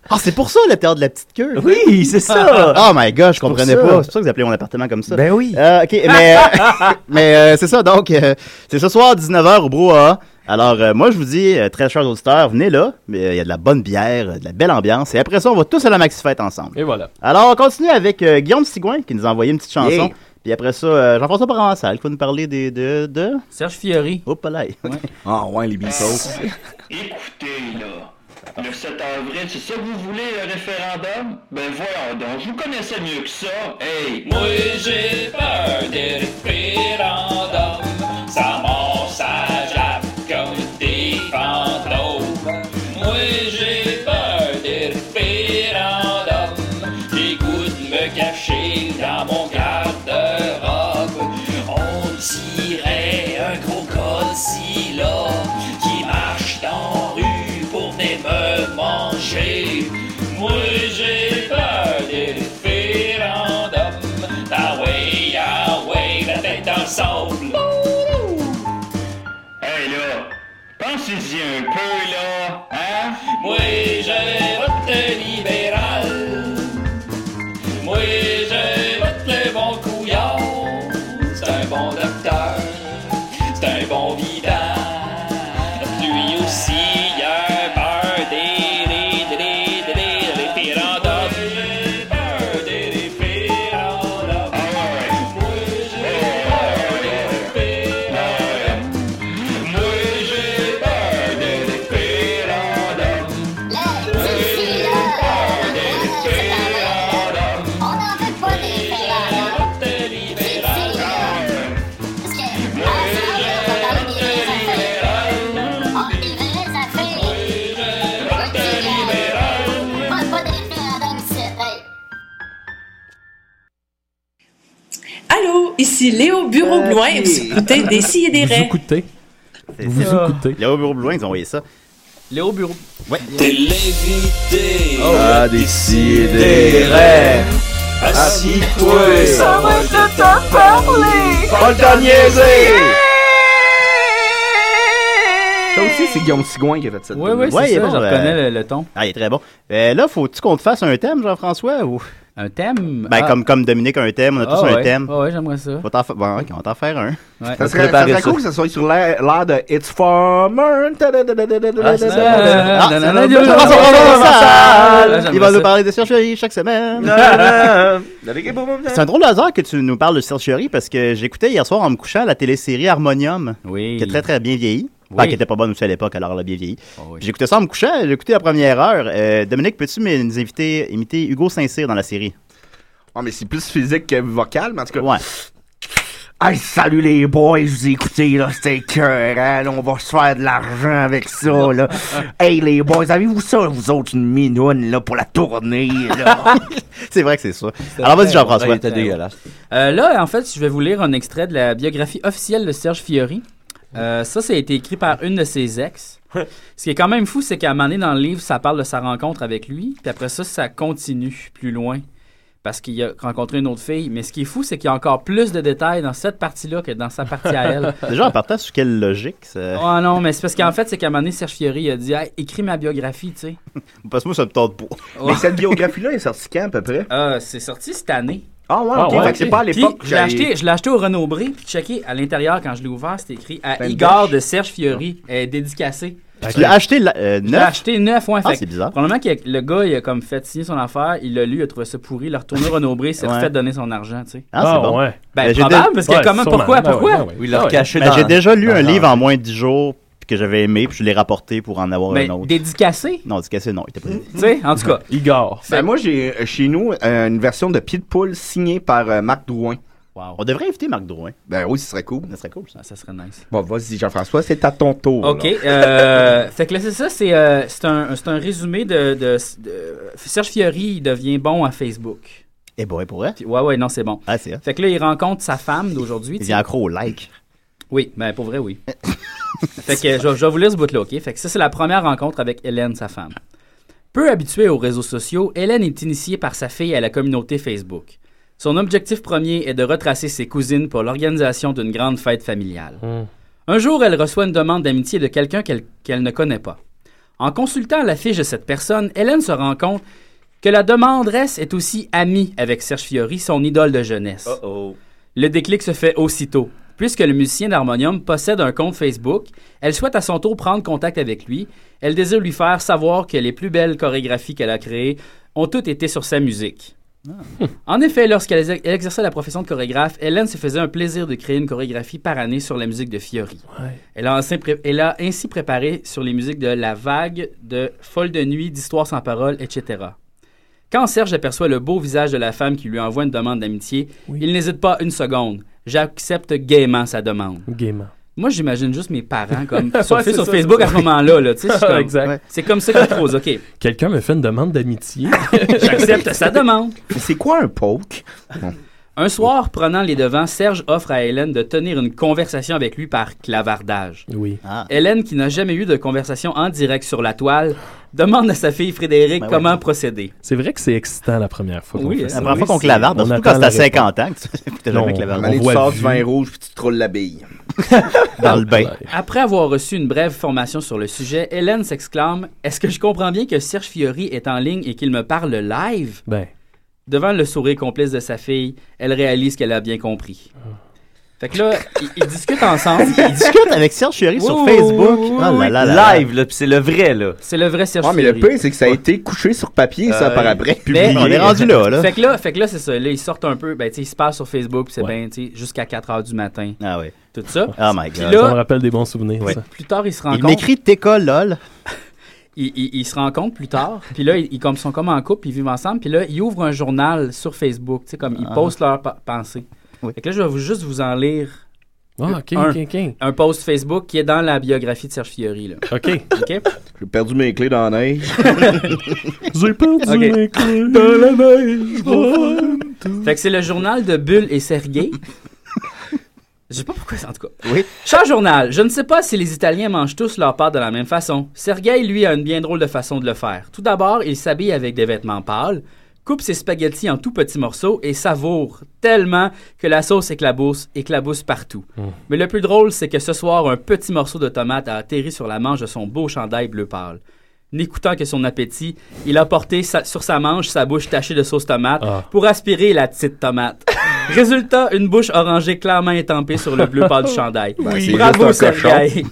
[SPEAKER 4] Ah, c'est pour ça le théâtre de la petite queue.
[SPEAKER 10] Oui, c'est ça.
[SPEAKER 4] Oh my god, je comprenais
[SPEAKER 10] pour ça.
[SPEAKER 4] pas. C'est pour ça que vous appelez mon appartement comme ça.
[SPEAKER 10] Ben oui.
[SPEAKER 4] Euh, ok, mais, euh, mais euh, c'est ça. Donc, euh, c'est ce soir 19h au Brouhaha. Alors, euh, moi, je vous dis, euh, très chers auditeurs, venez là. Mais, euh, Il y a de la bonne bière, euh, de la belle ambiance. Et après ça, on va tous à la Maxi Fête ensemble.
[SPEAKER 6] Et voilà.
[SPEAKER 4] Alors, on continue avec euh, Guillaume Sigouin qui nous a envoyé une petite chanson.
[SPEAKER 12] Yeah.
[SPEAKER 4] Puis après ça, euh, Jean-François Provençal qui va nous parler des, de, de.
[SPEAKER 12] Serge Fiori.
[SPEAKER 4] Hop là.
[SPEAKER 7] Ah, ouais, les
[SPEAKER 3] Écoutez, là, le 7 avril, c'est ça que vous voulez, le référendum? Ben voyons donc, je vous connaissais mieux que ça. Hey! Moi, j'ai peur des référendums. Ça monte, à comme des fantômes. Moi, j'ai peur des référendums. J'ai goût de me cacher dans mon garde-robe. On dirait un gros Godzilla qui marche dans la rue pour venir me manger. Moi j'ai peur des référendums. Ah ouais, ah ouais, la tête dans le sable. Hey là, Eh, pensez-y un peu là, hein? Moi je vote libéral. Moi je vote le bon couillard. C'est un bon docteur, c'est un bon vidant. Lui aussi, il a peur des des- des- des- des- des référendums. J'ai peur des référendums. Moi, j'ai peur des référendums. Moi, j'ai peur des référendums. Moi, j'ai peur des référendums. Moi, j'ai peur des référendums.
[SPEAKER 13] Allô, ici Léo Bureau-Bloin, et vous écoutez des scies et des raies.
[SPEAKER 6] écoutez.
[SPEAKER 4] Vous
[SPEAKER 6] écoutez.
[SPEAKER 4] Léo Bureau Blouin, ils ont envoyé ça.
[SPEAKER 12] Léo Bureau.
[SPEAKER 4] Ouais.
[SPEAKER 3] T'es l'invité.
[SPEAKER 7] Ah, des si et
[SPEAKER 3] Des
[SPEAKER 7] des rêves.
[SPEAKER 3] Assis-toi.
[SPEAKER 7] Ça
[SPEAKER 3] va être de te parler. Pas le temps de niaiser.
[SPEAKER 8] Ça aussi, c'est Guillaume Sigouin qui a fait cette
[SPEAKER 12] Ouais, ouais, c'est ça, je reconnais le, ton.
[SPEAKER 4] Ah, il est très bon. Euh, là, faut-tu qu'on te fasse un thème, Jean-François? Ou...
[SPEAKER 12] Un thème?
[SPEAKER 4] Ben,
[SPEAKER 12] Ah.
[SPEAKER 4] comme, comme Dominique a un thème, on a
[SPEAKER 12] Ah
[SPEAKER 4] tous un
[SPEAKER 12] ouais.
[SPEAKER 4] thème.
[SPEAKER 12] Ah ouais, j'aimerais ça.
[SPEAKER 4] Faut t'en fa- Bon, ok, on va t'en faire un.
[SPEAKER 8] Ça serait, ça serait cool que ça soit sur l'air l'air de It's Farmer.
[SPEAKER 4] Ah, c'est ça.
[SPEAKER 8] Ah,
[SPEAKER 4] Ah,
[SPEAKER 8] c'est
[SPEAKER 4] c'est
[SPEAKER 8] ça.
[SPEAKER 4] vrai,
[SPEAKER 8] Jean-François
[SPEAKER 4] Provençal.
[SPEAKER 8] Provençal.
[SPEAKER 4] Il va nous parler de Sergerie chaque semaine. C'est un drôle de hasard que tu nous parles de Sergerie parce que j'écoutais hier soir en me couchant la télésérie Harmonium. Qui est très très bien vieillie. Enfin,
[SPEAKER 12] Oui. Ah
[SPEAKER 4] qui était pas bonne aussi à l'époque, alors elle a bien vieilli. Puis J'écoutais ça en me couchant, j'écoutais la première heure. Euh, Dominique, peux-tu m- nous inviter, imiter Hugo Saint-Cyr dans la série?
[SPEAKER 8] Ah, mais c'est plus physique que vocal, mais en tout cas.
[SPEAKER 4] Ouais.
[SPEAKER 8] Hey, salut les boys, vous écoutez, là, c'était écœurant, là, on va se faire de l'argent avec ça, là. hey, les boys, avez-vous ça, vous autres, une minoune, là, pour la tournée, là?
[SPEAKER 4] c'est vrai que c'est ça.
[SPEAKER 8] Alors, vas-y,
[SPEAKER 10] Jean-François.
[SPEAKER 12] Ouais,
[SPEAKER 10] Il était dégueulasse.
[SPEAKER 12] Euh, là, en fait, je vais vous lire un extrait de la biographie officielle de Serge Fiori. Euh, ça, ça a été écrit par une de ses ex. Ce qui est quand même fou, c'est qu'à un moment donné, dans le livre, ça parle de sa rencontre avec lui. Puis après ça, ça continue plus loin. Parce qu'il a rencontré une autre fille. Mais ce qui est fou, c'est qu'il y a encore plus de détails dans cette partie-là que dans sa partie à elle.
[SPEAKER 4] Déjà, en partant, sur quelle logique? ça-
[SPEAKER 12] Ah non, mais c'est parce qu'en fait, c'est qu'à un moment donné, Serge Fiori il a dit Hey, écris ma biographie, tu sais.
[SPEAKER 4] Parce que moi, ça me tente pas.
[SPEAKER 12] Mais cette
[SPEAKER 8] biographie-là est sortie quand, à peu près
[SPEAKER 12] c'est Ah, sorti cette année.
[SPEAKER 8] Ah ouais, ok. Fait que c'est pas à l'époque
[SPEAKER 12] Puis, Je l'ai acheté, je l'ai acheté au Renault Bré, puis checké à l'intérieur quand je l'ai ouvert, c'était écrit à Igor de Serge Fiori, euh, dédicacé.
[SPEAKER 4] Tu l'as acheté la- euh,
[SPEAKER 12] Je l'ai
[SPEAKER 4] neuf?
[SPEAKER 12] acheté neuf, ouais.
[SPEAKER 4] Ah,
[SPEAKER 12] fait
[SPEAKER 4] c'est
[SPEAKER 12] que
[SPEAKER 4] bizarre.
[SPEAKER 12] Probablement que le gars, il a comme fait signer son affaire, il l'a lu, il a trouvé ça pourri, il l'a retourné au Renaud Bré, il s'est
[SPEAKER 4] Ouais.
[SPEAKER 12] fait donner son argent, tu sais.
[SPEAKER 4] Ah, c'est bon.
[SPEAKER 12] Ben,
[SPEAKER 4] Mais j'ai
[SPEAKER 12] probable,
[SPEAKER 4] dé-
[SPEAKER 12] parce que comment,
[SPEAKER 6] Ah,
[SPEAKER 12] pourquoi, pourquoi?
[SPEAKER 4] Ben, J'ai déjà lu un livre en moins de 10 jours que j'avais aimé, puis je l'ai rapporté pour en avoir
[SPEAKER 12] Mais
[SPEAKER 4] un autre.
[SPEAKER 12] Ben, Dédicacé?
[SPEAKER 4] Non, dédicacé, non. Il était pas dédicacé.
[SPEAKER 12] Tu sais, en tout cas.
[SPEAKER 6] Igor.
[SPEAKER 8] Ben moi, j'ai euh, chez nous euh, une version de Pied de Poule signée par euh, Marc Drouin.
[SPEAKER 4] On devrait inviter Marc Drouin.
[SPEAKER 8] Ben oui, ce serait cool.
[SPEAKER 4] Ça serait cool, ça.
[SPEAKER 12] ah, Ça serait nice.
[SPEAKER 8] Bon, vas-y, Jean-François, c'est à ton tour.
[SPEAKER 12] OK.
[SPEAKER 8] Oh là.
[SPEAKER 12] euh, fait que là, c'est ça, c'est euh, c'est un, c'est un résumé de, de- de- Serge Fiori, il devient bon à Facebook.
[SPEAKER 4] Eh bon, pour vrai?
[SPEAKER 12] Ouais, ouais, non, c'est bon.
[SPEAKER 4] Ah, c'est
[SPEAKER 12] Fait que là, il rencontre sa femme d'aujourd'hui.
[SPEAKER 4] Il
[SPEAKER 12] tu
[SPEAKER 4] vient
[SPEAKER 12] sais.
[SPEAKER 4] accro au like.
[SPEAKER 12] Oui, ben pour vrai, oui. fait que je, je vais vous lire ce bout-là, OK? Fait que ça, c'est la première rencontre avec Hélène, sa femme. Peu habituée aux réseaux sociaux, Hélène est initiée par sa fille à la communauté Facebook. Son objectif premier est de retracer ses cousines pour l'organisation d'une grande fête familiale. Un jour, elle reçoit une demande d'amitié de quelqu'un qu'elle qu'elle ne connaît pas. En consultant la fiche de cette personne, Hélène se rend compte que la demanderesse est aussi amie avec Serge Fiori, son idole de jeunesse. Le déclic se fait aussitôt. Puisque le musicien d'harmonium possède un compte Facebook, elle souhaite à son tour prendre contact avec lui. Elle désire lui faire savoir que les plus belles chorégraphies qu'elle a créées ont toutes été sur sa musique. En effet, lorsqu'elle exer- elle exerçait la profession de chorégraphe, Hélène se faisait un plaisir de créer une chorégraphie par année sur la musique de Fiori. Elle a, ainsi pré- elle a ainsi préparé sur les musiques de La Vague, de Folle de Nuit, d'Histoire sans parole, etc. Quand Serge aperçoit le beau visage de la femme qui lui envoie une demande d'amitié, il n'hésite pas une seconde. J'accepte gaiement sa demande.
[SPEAKER 6] Gaiement.
[SPEAKER 12] Moi, j'imagine juste mes parents comme
[SPEAKER 6] Ouais,
[SPEAKER 12] surfer
[SPEAKER 6] c'est
[SPEAKER 12] sur
[SPEAKER 6] ça,
[SPEAKER 12] Facebook
[SPEAKER 6] c'est
[SPEAKER 12] à ce
[SPEAKER 6] ça.
[SPEAKER 12] moment-là. là, tu sais, je suis comme-
[SPEAKER 6] Exact.
[SPEAKER 12] C'est comme ça que je pose, OK.
[SPEAKER 6] Quelqu'un me fait une demande d'amitié.
[SPEAKER 12] J'accepte sa demande.
[SPEAKER 8] C'est quoi un poke?
[SPEAKER 12] Un soir, prenant les devants, Serge offre à Hélène de tenir une conversation avec lui par clavardage.
[SPEAKER 6] Oui.
[SPEAKER 4] Ah.
[SPEAKER 12] Hélène, qui n'a jamais eu de conversation en direct sur la toile, demande à sa fille Frédéric
[SPEAKER 6] Ben oui.
[SPEAKER 12] comment procéder.
[SPEAKER 6] C'est vrai que c'est excitant la première fois. qu'on
[SPEAKER 12] Oui,
[SPEAKER 6] fait
[SPEAKER 12] hein.
[SPEAKER 6] ça.
[SPEAKER 4] La première fois
[SPEAKER 6] Oui,
[SPEAKER 4] qu'on
[SPEAKER 6] c'est-
[SPEAKER 4] clavarde,
[SPEAKER 6] on
[SPEAKER 4] surtout
[SPEAKER 6] attend
[SPEAKER 4] quand
[SPEAKER 6] la
[SPEAKER 4] t'as 50
[SPEAKER 6] réponse.
[SPEAKER 4] ans, que tu t'as jamais
[SPEAKER 6] Non,
[SPEAKER 4] clavardé.
[SPEAKER 8] Allez,
[SPEAKER 4] On
[SPEAKER 8] tu
[SPEAKER 4] voit
[SPEAKER 8] sors
[SPEAKER 4] vu.
[SPEAKER 8] du vin rouge puis tu trolles la bille.
[SPEAKER 4] Dans le bain.
[SPEAKER 12] Après avoir reçu une brève formation sur le sujet, Hélène s'exclame Est-ce que je comprends bien que Serge Fiori est en ligne et qu'il me parle live
[SPEAKER 6] Ben.
[SPEAKER 12] Devant le sourire complice de sa fille, elle réalise qu'elle a bien compris. Fait que là, ils, ils discutent ensemble.
[SPEAKER 4] Ils discutent avec Serge Chéry sur Facebook. Ah là là là là.
[SPEAKER 10] Live, là, puis c'est le vrai, là.
[SPEAKER 12] Ah, C'est le vrai Serge
[SPEAKER 8] Ouais, mais le
[SPEAKER 12] Fiori. Ben,
[SPEAKER 8] pire, c'est que ça a été couché sur papier, ça,
[SPEAKER 10] Euh,
[SPEAKER 8] par après.
[SPEAKER 12] Mais-
[SPEAKER 4] Ben,
[SPEAKER 8] Publié.
[SPEAKER 12] Fait que là, fait que là c'est ça. Là, ils sortent un peu. Ben, tu sais, ils se parlent sur Facebook, puis c'est bien, tu sais, jusqu'à 4 h du matin.
[SPEAKER 4] Ah oui.
[SPEAKER 12] Tout ça.
[SPEAKER 4] Oh my
[SPEAKER 12] Puis
[SPEAKER 4] God.
[SPEAKER 12] là,
[SPEAKER 6] Ça me rappelle des bons souvenirs. ça.
[SPEAKER 12] plus tard, ils se
[SPEAKER 4] Il
[SPEAKER 12] rencontrent.
[SPEAKER 4] m'écrit T'école, lol.
[SPEAKER 12] ils, ils- ils se rencontrent plus tard, puis là, ils, ils comme, sont comme en couple, puis ils vivent ensemble, puis là, ils ouvrent un journal sur Facebook, tu sais, comme ils
[SPEAKER 6] Ah.
[SPEAKER 12] postent leurs pa- pensées. Fait que là, je vais vous, juste vous en lire
[SPEAKER 6] Ah, ok,
[SPEAKER 12] un,
[SPEAKER 6] ok, ok.
[SPEAKER 12] un post Facebook qui est dans la biographie de Serge Fiori, là.
[SPEAKER 6] OK.
[SPEAKER 12] OK?
[SPEAKER 8] J'ai perdu mes clés dans la neige.
[SPEAKER 6] J'ai perdu
[SPEAKER 12] Ok.
[SPEAKER 6] mes clés dans la neige.
[SPEAKER 12] Fait que c'est le journal de Bulle et Sergueï. Je sais pas pourquoi, en tout cas.
[SPEAKER 4] Oui.
[SPEAKER 12] Cher journal, je ne sais pas si les Italiens mangent tous leur part de la même façon. Sergueï, lui, a une bien drôle de façon de le faire. Tout d'abord, il s'habille avec des vêtements pâles, coupe ses spaghettis en tout petits morceaux et savoure tellement que la sauce éclabousse, éclabousse partout. Mais le plus drôle, c'est que ce soir, un petit morceau de tomate a atterri sur la manche de son beau chandail bleu pâle. N'écoutant que son appétit, il a porté sa- sur sa manche sa bouche tachée de sauce tomate pour aspirer la petite tomate. Résultat, une bouche orangée clairement étampée sur le bleu pâle du chandail.
[SPEAKER 8] Ben, c'est
[SPEAKER 12] Bravo,
[SPEAKER 8] juste un
[SPEAKER 12] Sergei.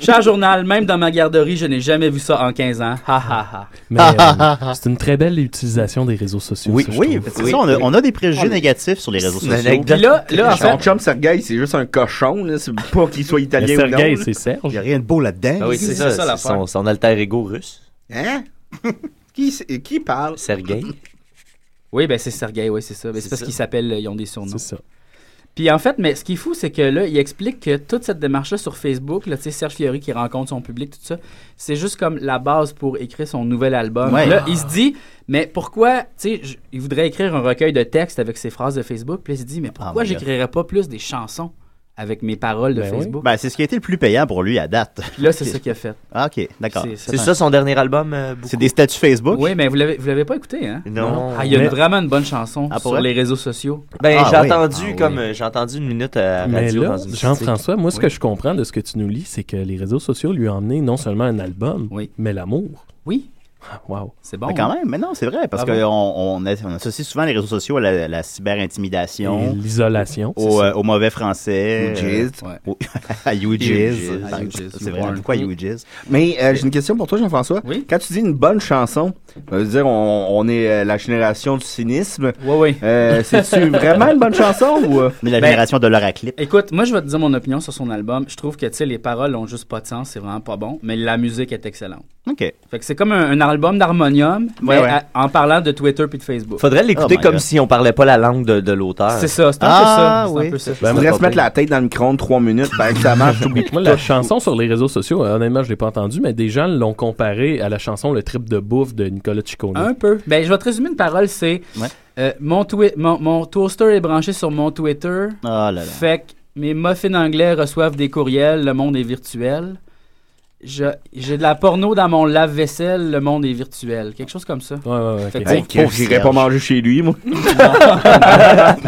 [SPEAKER 12] Cher journal, même dans ma garderie, je n'ai jamais vu ça en 15 ans. Ha ha ha.
[SPEAKER 6] Mais euh, c'est une très belle utilisation des réseaux sociaux.
[SPEAKER 4] Oui,
[SPEAKER 6] ça, je
[SPEAKER 4] oui,
[SPEAKER 6] trouve.
[SPEAKER 4] parce que ça, on a, on a des préjugés négatifs sur les réseaux sociaux.
[SPEAKER 8] Mon chum Sergueï, c'est juste un cochon, là. C'est pas qu'il soit italien ou non. là.
[SPEAKER 10] Serge.
[SPEAKER 4] Il n'y a rien de beau là-dedans.
[SPEAKER 10] Ah oui, c'est ça,
[SPEAKER 8] ça,
[SPEAKER 10] c'est
[SPEAKER 8] l'affaire.
[SPEAKER 10] son, son alter ego russe.
[SPEAKER 8] Hein? qui, c'est- qui parle?
[SPEAKER 10] Sergei.
[SPEAKER 12] Oui, ben c'est Sergei, oui, c'est ça. Ben, c'est
[SPEAKER 10] C'est
[SPEAKER 12] parce
[SPEAKER 10] ça.
[SPEAKER 12] qu'ils s'appellent, euh, ils ont des surnoms.
[SPEAKER 6] C'est ça.
[SPEAKER 12] Puis en fait, mais ce qui est fou, c'est que là, il explique que toute cette démarche-là sur Facebook, là, tu sais, Serge Fiori qui rencontre son public, tout ça, c'est juste comme la base pour écrire son nouvel album.
[SPEAKER 9] Ouais.
[SPEAKER 12] Là,
[SPEAKER 9] Ah.
[SPEAKER 12] il se dit, mais pourquoi, tu sais, je- il voudrait écrire un recueil de textes avec ses phrases de Facebook, puis il se dit, mais pourquoi
[SPEAKER 4] my God.
[SPEAKER 12] j'écrirais pas plus des chansons avec mes paroles de Facebook?
[SPEAKER 4] Ben, c'est ce qui a été le plus payant pour lui à date.
[SPEAKER 12] Puis là, c'est ça qu'il a fait.
[SPEAKER 4] Ah, ok, d'accord.
[SPEAKER 12] C'est- c'est C'est ça, pas- son
[SPEAKER 10] dernier album.
[SPEAKER 4] c'est des statuts Facebook.
[SPEAKER 12] Oui, mais vous l'avez, vous l'avez pas écouté, hein?
[SPEAKER 10] Non.
[SPEAKER 12] Ah, il y a
[SPEAKER 10] Mais-
[SPEAKER 12] vraiment une bonne chanson
[SPEAKER 10] Ah, pour
[SPEAKER 12] sur
[SPEAKER 10] vrai?
[SPEAKER 12] les réseaux sociaux.
[SPEAKER 10] Ben,
[SPEAKER 12] Ah
[SPEAKER 10] j'ai
[SPEAKER 12] oui.
[SPEAKER 10] entendu
[SPEAKER 12] Ah oui.
[SPEAKER 10] comme. euh, J'ai entendu une minute à la
[SPEAKER 6] Mais
[SPEAKER 10] radio
[SPEAKER 6] là,
[SPEAKER 10] dans une
[SPEAKER 6] Jean-François, moi, ce que
[SPEAKER 10] Oui.
[SPEAKER 6] je comprends de ce que tu nous lis, c'est que les réseaux sociaux lui ont emmené non seulement un album, mais l'amour.
[SPEAKER 12] Oui.
[SPEAKER 6] Wow.
[SPEAKER 12] C'est bon.
[SPEAKER 4] Mais quand même, mais non, c'est vrai, parce
[SPEAKER 6] Ah bon?
[SPEAKER 4] qu'on on a- on associe souvent les réseaux sociaux à la, la cyberintimidation.
[SPEAKER 6] Et l'isolation, c'est
[SPEAKER 4] Au,
[SPEAKER 6] ça.
[SPEAKER 4] euh, au mauvais français.
[SPEAKER 8] Ujiz.
[SPEAKER 4] euh, au- à UJIZ.
[SPEAKER 8] Ujiz.
[SPEAKER 4] par
[SPEAKER 8] À
[SPEAKER 4] exemple.
[SPEAKER 8] Ujiz,
[SPEAKER 4] C'est vrai,
[SPEAKER 8] Newborn.
[SPEAKER 4] pourquoi UJIZ?
[SPEAKER 8] Mais euh, j'ai une question pour toi, Jean-François. Quand tu dis une bonne chanson, ça veut dire on, on est euh, la génération du cynisme. Euh,
[SPEAKER 12] Oui, oui.
[SPEAKER 8] C'est-tu vraiment une bonne chanson ou. euh?
[SPEAKER 4] Mais la
[SPEAKER 12] Ben,
[SPEAKER 4] génération de l'oraclip.
[SPEAKER 12] Écoute, moi, je vais te dire mon opinion sur son album. Je trouve que, tu sais, les paroles ont juste pas de sens, c'est vraiment pas bon, mais la musique est excellente.
[SPEAKER 4] OK.
[SPEAKER 12] Fait que c'est comme un, un album d'harmonium, mais
[SPEAKER 10] ouais.
[SPEAKER 12] à- en parlant de Twitter puis de Facebook.
[SPEAKER 10] Faudrait l'écouter comme si on parlait pas la langue de, de l'auteur.
[SPEAKER 12] Oh C'est ça, c'est un peu ça. C'est un peu ça.
[SPEAKER 8] Ben, faudrait se mettre la tête dans le micro-ondes 3 minutes, par exemple, ça marche, t'oublies
[SPEAKER 6] Moi, la
[SPEAKER 8] tout.
[SPEAKER 6] chanson sur les réseaux sociaux, euh, honnêtement, je l'ai pas entendue, mais des gens l'ont comparée à la chanson Le trip de bouffe de Nicolas Ciccone.
[SPEAKER 12] Un peu. Ben, je vais te résumer une parole, c'est euh, mon, twi- mon, mon toaster est branché sur mon Twitter.
[SPEAKER 4] Ah là là.
[SPEAKER 12] Fait que mes muffins anglais reçoivent des courriels, le monde est virtuel. Je- J'ai de la porno dans mon lave-vaisselle, le monde est virtuel. Quelque chose comme ça.
[SPEAKER 6] Ouais, ouais, ouais.
[SPEAKER 12] Fait que,
[SPEAKER 8] Hey,
[SPEAKER 12] tu sais,
[SPEAKER 8] que J'irais pas manger chez lui, moi.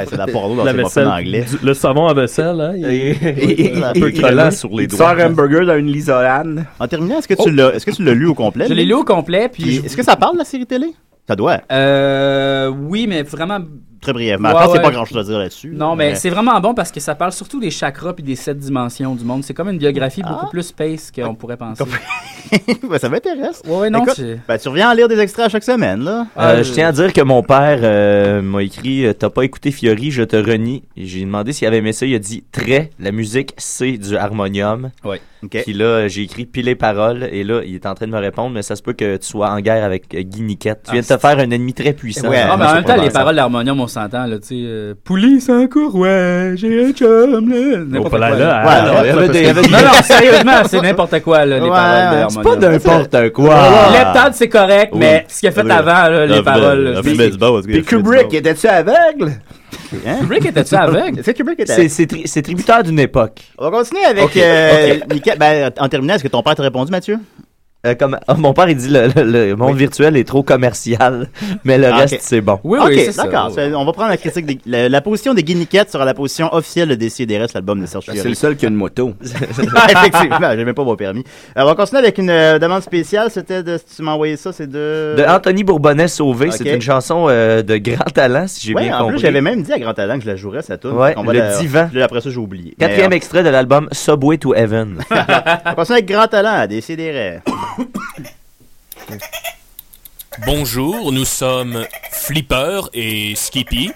[SPEAKER 4] c'est la porno dans
[SPEAKER 6] La
[SPEAKER 4] ses
[SPEAKER 6] vaisselle,
[SPEAKER 4] muffins anglais.
[SPEAKER 6] du- le savon à vaisselle, hein, il, il- un peu collant sur les doigts.
[SPEAKER 8] Sors un burger dans une lisolane.
[SPEAKER 4] En terminant, est-ce que tu l'as, est-ce que tu l'as lu au complet?
[SPEAKER 12] Oh! Je l'ai
[SPEAKER 4] lui?
[SPEAKER 12] lu au complet, puis.
[SPEAKER 4] Puis, est-ce que ça parle de la série télé? Ça doit.
[SPEAKER 12] Euh, oui, mais vraiment.
[SPEAKER 4] Très brièvement.
[SPEAKER 12] Ouais,
[SPEAKER 4] je pense qu'il
[SPEAKER 12] ouais.
[SPEAKER 4] n'y a pas grand chose à dire là-dessus.
[SPEAKER 12] Non, mais c'est vraiment bon parce que ça parle surtout des chakras puis des sept dimensions du monde. C'est comme une biographie
[SPEAKER 10] Ah.
[SPEAKER 12] beaucoup plus space qu'on pourrait penser.
[SPEAKER 4] Ben, ça m'intéresse.
[SPEAKER 12] Ouais, ouais, non,
[SPEAKER 4] Écoute,
[SPEAKER 12] c'est-
[SPEAKER 4] ben, tu reviens en lire des extraits à chaque semaine, là.
[SPEAKER 12] Ah,
[SPEAKER 10] Euh, je tiens à dire que mon père euh, m'a écrit euh, T'as pas écouté Fiori, je te renie. Et J'ai demandé s'il avait aimé ça. Il a dit Très, la musique, c'est du harmonium.
[SPEAKER 12] Oui.
[SPEAKER 10] Puis là, euh, j'ai écrit Puis les paroles. Et là, il est en train de me répondre Mais ça se peut que tu sois en guerre avec euh, Guy Niquette. Tu
[SPEAKER 12] Ah,
[SPEAKER 10] viens de te faire un ennemi très puissant.
[SPEAKER 12] Ouais, ah, mais en même temps, les paroles d'harmonium, on s'entend, là, tu sais. euh, Poulie sans courroie, j'ai un chum, là. N'importe
[SPEAKER 10] Oh,
[SPEAKER 12] quoi.
[SPEAKER 10] là, là,
[SPEAKER 12] Ouais,
[SPEAKER 10] alors,
[SPEAKER 12] ouais,
[SPEAKER 10] il y avait des- il y avait des-
[SPEAKER 12] Non, non, sérieusement, c'est n'importe quoi, là, les
[SPEAKER 10] Ouais,
[SPEAKER 12] paroles de
[SPEAKER 10] ouais,
[SPEAKER 12] harmonium.
[SPEAKER 10] c'est pas n'importe quoi.
[SPEAKER 12] L'heptade, c'est correct,
[SPEAKER 10] Ah. Oui.
[SPEAKER 12] mais ce qu'il a fait
[SPEAKER 10] Oui.
[SPEAKER 12] avant,
[SPEAKER 4] Ah,
[SPEAKER 12] là, les
[SPEAKER 10] Love
[SPEAKER 12] paroles.
[SPEAKER 10] the-
[SPEAKER 12] là,
[SPEAKER 10] Love the
[SPEAKER 12] c'est-
[SPEAKER 10] baseball, c'est-
[SPEAKER 8] Puis Kubrick, étais-tu aveugle?
[SPEAKER 12] Kubrick était-tu aveugle?
[SPEAKER 4] hein? C'est Kubrick était
[SPEAKER 10] C'est- C'est tri- c'est tributaire d'une époque.
[SPEAKER 4] On va continuer avec
[SPEAKER 10] Ok,
[SPEAKER 4] euh,
[SPEAKER 10] ok.
[SPEAKER 4] Mika- ben, en terminant, est-ce que ton père t'a répondu, Mathieu?
[SPEAKER 10] Euh, comme, ah, mon père, il dit le, le- le monde virtuel est trop commercial, mais le
[SPEAKER 4] Ah,
[SPEAKER 10] reste,
[SPEAKER 4] ok.
[SPEAKER 10] c'est bon.
[SPEAKER 4] Ok, d'accord.
[SPEAKER 12] Ah,
[SPEAKER 4] C'est- On va prendre la critique des- la, la position des guiniquettes sera la position officielle de DCDRS, l'album
[SPEAKER 12] Ah,
[SPEAKER 4] de Serge
[SPEAKER 8] Ben,
[SPEAKER 4] Fiori.
[SPEAKER 8] c'est le seul qui a une moto.
[SPEAKER 10] Ah,
[SPEAKER 4] Effectivement, j'ai même pas mon permis. Euh, on va continuer avec une euh, demande spéciale. C'était de, si tu m'as envoyé ça, c'est de.
[SPEAKER 10] De Anthony Bourbonnais Sauvé,
[SPEAKER 4] Euh, Ok.
[SPEAKER 10] c'est une chanson euh, de grand talent, si j'ai
[SPEAKER 4] Ouais,
[SPEAKER 10] bien
[SPEAKER 4] en
[SPEAKER 10] compris.
[SPEAKER 4] plus, j'avais même dit à Grand Talent que je la jouerais, ça tourne.
[SPEAKER 10] Ouais,
[SPEAKER 4] On va
[SPEAKER 10] le
[SPEAKER 4] la-
[SPEAKER 10] divan.
[SPEAKER 4] Puis là, après ça, j'ai oublié.
[SPEAKER 10] Quatrième
[SPEAKER 4] Mais,
[SPEAKER 10] extrait de l'album Subway to Heaven.
[SPEAKER 4] euh, on continue avec Grand Talent, DCDRS.
[SPEAKER 14] Bonjour, nous sommes Flipper et Skippy.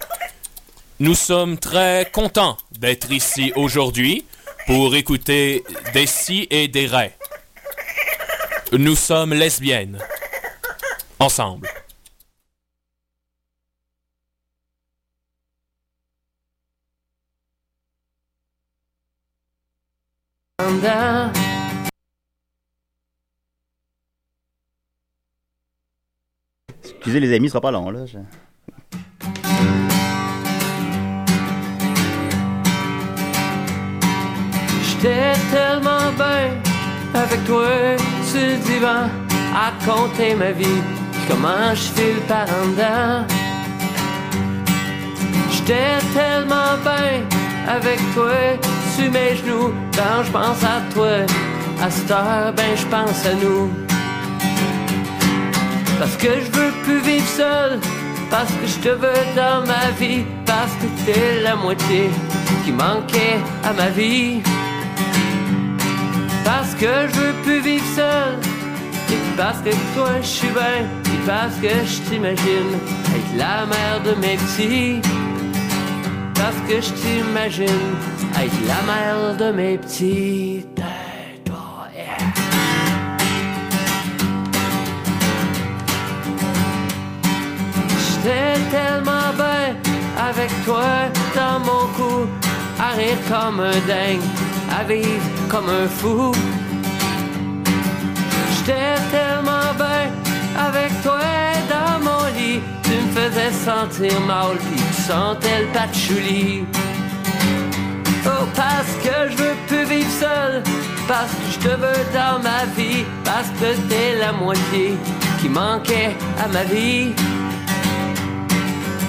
[SPEAKER 14] Nous sommes très contents d'être ici aujourd'hui pour écouter des si et des raies. Nous sommes lesbiennes. Ensemble.
[SPEAKER 4] Excusez les amis, ce sera pas long, là. Je-
[SPEAKER 15] J'étais tellement bien avec toi sur le divan à compter ma vie, puis comment je file par en dedans. J'étais tellement bien avec toi sur mes genoux quand je pense à toi. À cette heure, ben je pense à nous. Parce que je veux plus vivre seul, parce que je te veux dans ma vie, parce que t'es la moitié qui manquait à ma vie. Parce que je veux plus vivre seul Et parce que toi je suis bien Et parce que je t'imagine Être la mère de mes petits Parce que je t'imagine Être la mère de mes petits Tais-toi, yeah. J'étais tellement bien avec toi dans mon cou, à rire comme un dingue, à vivre comme un fou. J'étais tellement bien avec toi dans mon lit, tu me faisais sentir mal, puis tu sentais le patchouli. Oh, parce que je veux plus vivre seul, parce que je te veux dans ma vie, parce que t'es la moitié qui manquait à ma vie.